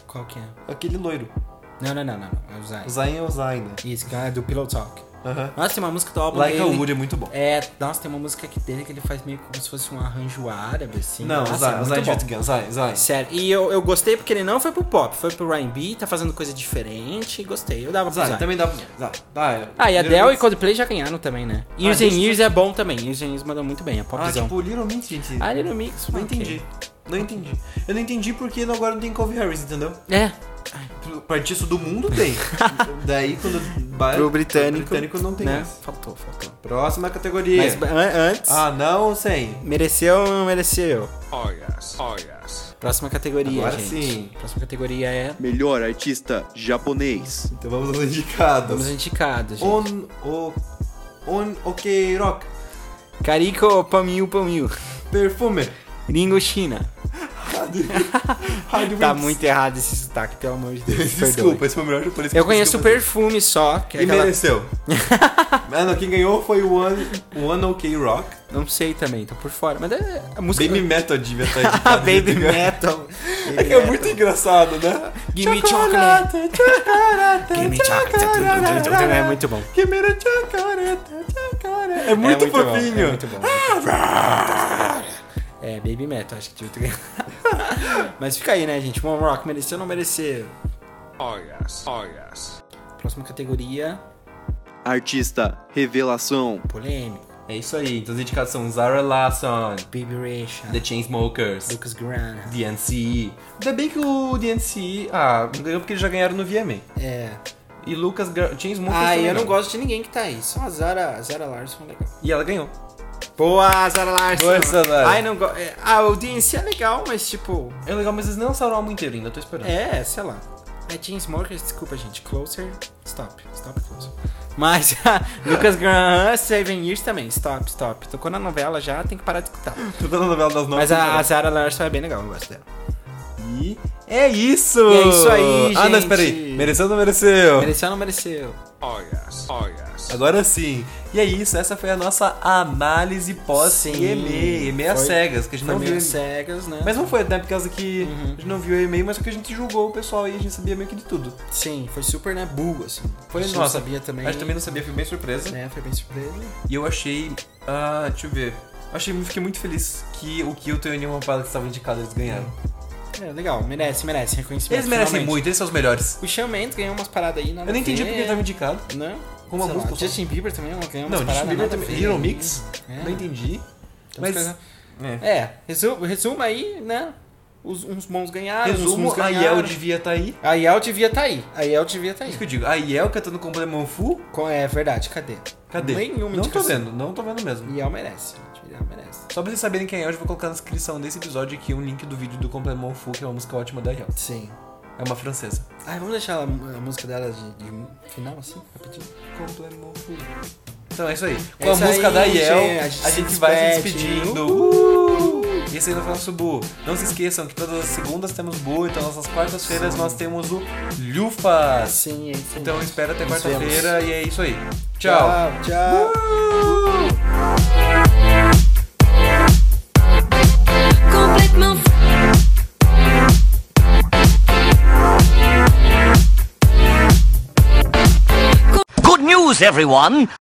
[SPEAKER 1] Qual que é?
[SPEAKER 2] Aquele loiro.
[SPEAKER 1] Não, não, não, não. não. É o Zayn.
[SPEAKER 2] O Zayn é o Zayn, né?
[SPEAKER 1] Isso, que é do Pillow Talk.
[SPEAKER 2] Aham.
[SPEAKER 1] Nossa, tem uma música do álbum
[SPEAKER 2] Like a
[SPEAKER 1] dele.
[SPEAKER 2] Wood é muito bom.
[SPEAKER 1] É, nossa, tem uma música aqui dele que ele faz meio como se fosse um arranjo árabe, assim.
[SPEAKER 2] Não,
[SPEAKER 1] nossa,
[SPEAKER 2] o
[SPEAKER 1] é
[SPEAKER 2] Zayn, o
[SPEAKER 1] muito
[SPEAKER 2] Zayn
[SPEAKER 1] bom.
[SPEAKER 2] devia ter ganho. Zayn, Zayn.
[SPEAKER 1] Sério, e eu, eu gostei porque ele não foi pro pop, foi pro R&B, tá fazendo coisa diferente, gostei, eu dava pro
[SPEAKER 2] Zayn,
[SPEAKER 1] Zayn.
[SPEAKER 2] também dá pra... Zayn. Ah, é.
[SPEAKER 1] Ah, e a
[SPEAKER 2] Little
[SPEAKER 1] Adele e
[SPEAKER 2] Mix.
[SPEAKER 1] Coldplay já ganharam também, né? Years
[SPEAKER 2] Ah,
[SPEAKER 1] and
[SPEAKER 2] isso-
[SPEAKER 1] Years é bom também, Years and Years mandou muito bem, é
[SPEAKER 2] Ah,
[SPEAKER 1] popzão.
[SPEAKER 2] tipo, Little Mix, gente.
[SPEAKER 1] Ah, Little Mix,
[SPEAKER 2] Não
[SPEAKER 1] ok.
[SPEAKER 2] entendi. Não entendi. Eu não entendi porque agora não tem Calvin Harris, entendeu?
[SPEAKER 1] É.
[SPEAKER 2] Pro- Pro artista do mundo
[SPEAKER 1] [LAUGHS]
[SPEAKER 2] tem. Daí quando vai.
[SPEAKER 1] Pro britânico,
[SPEAKER 2] britânico não tem
[SPEAKER 1] né?
[SPEAKER 2] mais.
[SPEAKER 1] Faltou, faltou.
[SPEAKER 2] Próxima categoria.
[SPEAKER 1] Mas an- antes,
[SPEAKER 2] Ah, não, sem.
[SPEAKER 1] mereceu ou não mereceu?
[SPEAKER 5] Oh yes, oh yes.
[SPEAKER 1] Próxima categoria,
[SPEAKER 2] Agora
[SPEAKER 1] gente.
[SPEAKER 2] sim.
[SPEAKER 1] Próxima categoria é...
[SPEAKER 3] Melhor artista japonês.
[SPEAKER 2] Então vamos aos indicados.
[SPEAKER 1] Vamos indicados, gente.
[SPEAKER 2] On o On OK Rock
[SPEAKER 1] Kariko Pamiu Pamiu.
[SPEAKER 2] Perfume.
[SPEAKER 1] [LAUGHS] Gringo China.
[SPEAKER 2] Hard
[SPEAKER 1] Tá
[SPEAKER 2] Wings. [LAUGHS]
[SPEAKER 1] muito errado esse sotaque, pelo amor de Deus.
[SPEAKER 2] Desculpa,
[SPEAKER 1] Perdoe.
[SPEAKER 2] esse foi o melhor japonês que
[SPEAKER 1] Eu conheço o
[SPEAKER 2] consegui
[SPEAKER 1] perfume só, que
[SPEAKER 2] fazer.
[SPEAKER 1] é
[SPEAKER 2] E
[SPEAKER 1] aquela...
[SPEAKER 2] mereceu. [LAUGHS] Mano, quem ganhou foi o One, o One OK Rock.
[SPEAKER 1] Não sei também, tô por fora. Mas é a música...
[SPEAKER 2] Baby Metal devia estar
[SPEAKER 1] [LAUGHS] Ah,
[SPEAKER 2] indicado.
[SPEAKER 1] Baby Metal.
[SPEAKER 2] [LAUGHS] É que tá é muito engraçado, né?
[SPEAKER 1] Give me
[SPEAKER 2] Chocolate, chocolate,
[SPEAKER 1] Give me tá chocolate. É muito bom.
[SPEAKER 2] Give me the chocolate, chocolate. É muito
[SPEAKER 1] bom,
[SPEAKER 2] fofinho.
[SPEAKER 1] é muito bom. É, Baby Metal, acho que devia ter [LAUGHS] Mas fica aí, né, gente? Mom Rock mereceu ou não mereceu?
[SPEAKER 5] Oh yes, oh yes.
[SPEAKER 1] Próxima categoria,
[SPEAKER 3] Artista revelação.
[SPEAKER 1] polêmico.
[SPEAKER 2] É isso aí. Então as indicados são Zara Larson,
[SPEAKER 1] Baby Rachel,
[SPEAKER 2] The Chainsmokers,
[SPEAKER 1] Lucas Grana.
[SPEAKER 2] DNCE. Ainda bem que o DNCE. Ah, não ganhou porque eles já ganharam no VMA.
[SPEAKER 1] É.
[SPEAKER 2] E Lucas Gra- Chainsmokers.
[SPEAKER 1] Ah,
[SPEAKER 2] também
[SPEAKER 1] eu não gosto de ninguém que tá aí. Só a Zara, a Zara Larson, né? legal.
[SPEAKER 2] E ela ganhou.
[SPEAKER 1] Boa, Zara Larson.
[SPEAKER 2] Boa, Zara Larsson.
[SPEAKER 1] Ai, não go... é, A audiência é legal, mas tipo...
[SPEAKER 2] É legal, mas eles não lançaram o álbum inteiro ainda, eu tô esperando.
[SPEAKER 1] É, sei lá. É Chainsmokers, desculpa, gente. Closer, stop. Stop, closer. Mas [LAUGHS] Lucas Graham, Seven Years também. Stop, stop. Tocou na novela já, tem que parar de escutar.
[SPEAKER 2] Tô dando novela das novas.
[SPEAKER 1] Mas a, a Zara Larson é bem legal, eu gosto dela.
[SPEAKER 2] E é isso!
[SPEAKER 1] E é isso aí,
[SPEAKER 2] Ah, não,
[SPEAKER 1] gente.
[SPEAKER 2] espera aí. Mereceu ou não mereceu?
[SPEAKER 1] Mereceu ou não mereceu?
[SPEAKER 5] Oh yes, oh yes.
[SPEAKER 2] Agora sim. E é isso, essa foi a nossa análise
[SPEAKER 1] Sim.
[SPEAKER 2] pós-EME. EME às
[SPEAKER 1] Foi-
[SPEAKER 2] cegas, que a gente
[SPEAKER 1] Foi
[SPEAKER 2] não viu.
[SPEAKER 1] meio Uhum. cegas, né?
[SPEAKER 2] Mas não foi, né? Por causa que a gente não viu o e-mail, mas só que a gente julgou o pessoal e a gente sabia meio que de tudo.
[SPEAKER 1] Sim, foi super, né, burro, assim.
[SPEAKER 2] Foi
[SPEAKER 1] a gente
[SPEAKER 2] nossa.
[SPEAKER 1] não sabia também.
[SPEAKER 2] A gente também não sabia, fui bem surpresa.
[SPEAKER 1] Né, foi bem surpresa.
[SPEAKER 2] E eu achei. Ah, deixa eu ver. Eu Achei, fiquei muito feliz que o Kilton e o Neil Rampado que estavam indicados, eles ganharam.
[SPEAKER 1] É, legal, merece, merece reconhecimento.
[SPEAKER 2] Eles merecem
[SPEAKER 1] É, finalmente.
[SPEAKER 2] muito, eles são os melhores.
[SPEAKER 1] O Shawn Mendes ganhou umas paradas aí, nada
[SPEAKER 2] Eu não entendi
[SPEAKER 1] a ver.
[SPEAKER 2] porque ele tá tava indicado.
[SPEAKER 1] Não?
[SPEAKER 2] Com uma
[SPEAKER 1] Né? Sei
[SPEAKER 2] música
[SPEAKER 1] Lá.
[SPEAKER 2] só.
[SPEAKER 1] Justin Bieber também ganhou
[SPEAKER 2] Não,
[SPEAKER 1] umas paradas
[SPEAKER 2] Justin Bieber
[SPEAKER 1] nada a
[SPEAKER 2] também.
[SPEAKER 1] ver.
[SPEAKER 2] Little Mix?
[SPEAKER 1] É.
[SPEAKER 2] Não entendi.
[SPEAKER 1] Tem umas
[SPEAKER 2] Mas.
[SPEAKER 1] coisas-
[SPEAKER 2] É.
[SPEAKER 1] É, resu- resuma aí, né? Os- uns bons ganharam, uns
[SPEAKER 2] Resumo,
[SPEAKER 1] bons
[SPEAKER 2] a
[SPEAKER 1] ganharam.
[SPEAKER 2] Yel devia estar aí.
[SPEAKER 1] A Yel devia tá aí. A Yel devia
[SPEAKER 2] É
[SPEAKER 1] tá aí.
[SPEAKER 2] isso que eu digo. A Yel cantando com o Blemon Fu?
[SPEAKER 1] Co- É verdade, cadê?
[SPEAKER 2] Cadê?
[SPEAKER 1] Nenhuma
[SPEAKER 2] não tô
[SPEAKER 1] indicação.
[SPEAKER 2] vendo, não tô vendo mesmo.
[SPEAKER 1] Yel merece, gente. Yel merece.
[SPEAKER 2] Só pra vocês saberem quem é, eu já vou colocar na descrição desse episódio aqui um link do vídeo do Complement Fu, que é uma música ótima da Yel.
[SPEAKER 1] Sim.
[SPEAKER 2] É uma francesa.
[SPEAKER 1] Ai, vamos deixar ela- a, música dela de, de final, assim, rapidinho?
[SPEAKER 2] Complement Fu. Então é isso aí. Com
[SPEAKER 1] É
[SPEAKER 2] a
[SPEAKER 1] isso
[SPEAKER 2] música
[SPEAKER 1] aí,
[SPEAKER 2] da Yel,
[SPEAKER 1] gente.
[SPEAKER 2] a gente, vai se despedindo. Uh! E esse aí foi o nosso Bu. Não se esqueçam que todas as segundas temos Bu, então nas quartas-feiras nós temos o Lufas.
[SPEAKER 1] Sim, é isso aí.
[SPEAKER 2] Então espera até
[SPEAKER 1] Nos
[SPEAKER 2] quarta-feira e é isso aí. Tchau.
[SPEAKER 1] Tchau, tchau.
[SPEAKER 6] complètement fou.
[SPEAKER 7] Good news, everyone!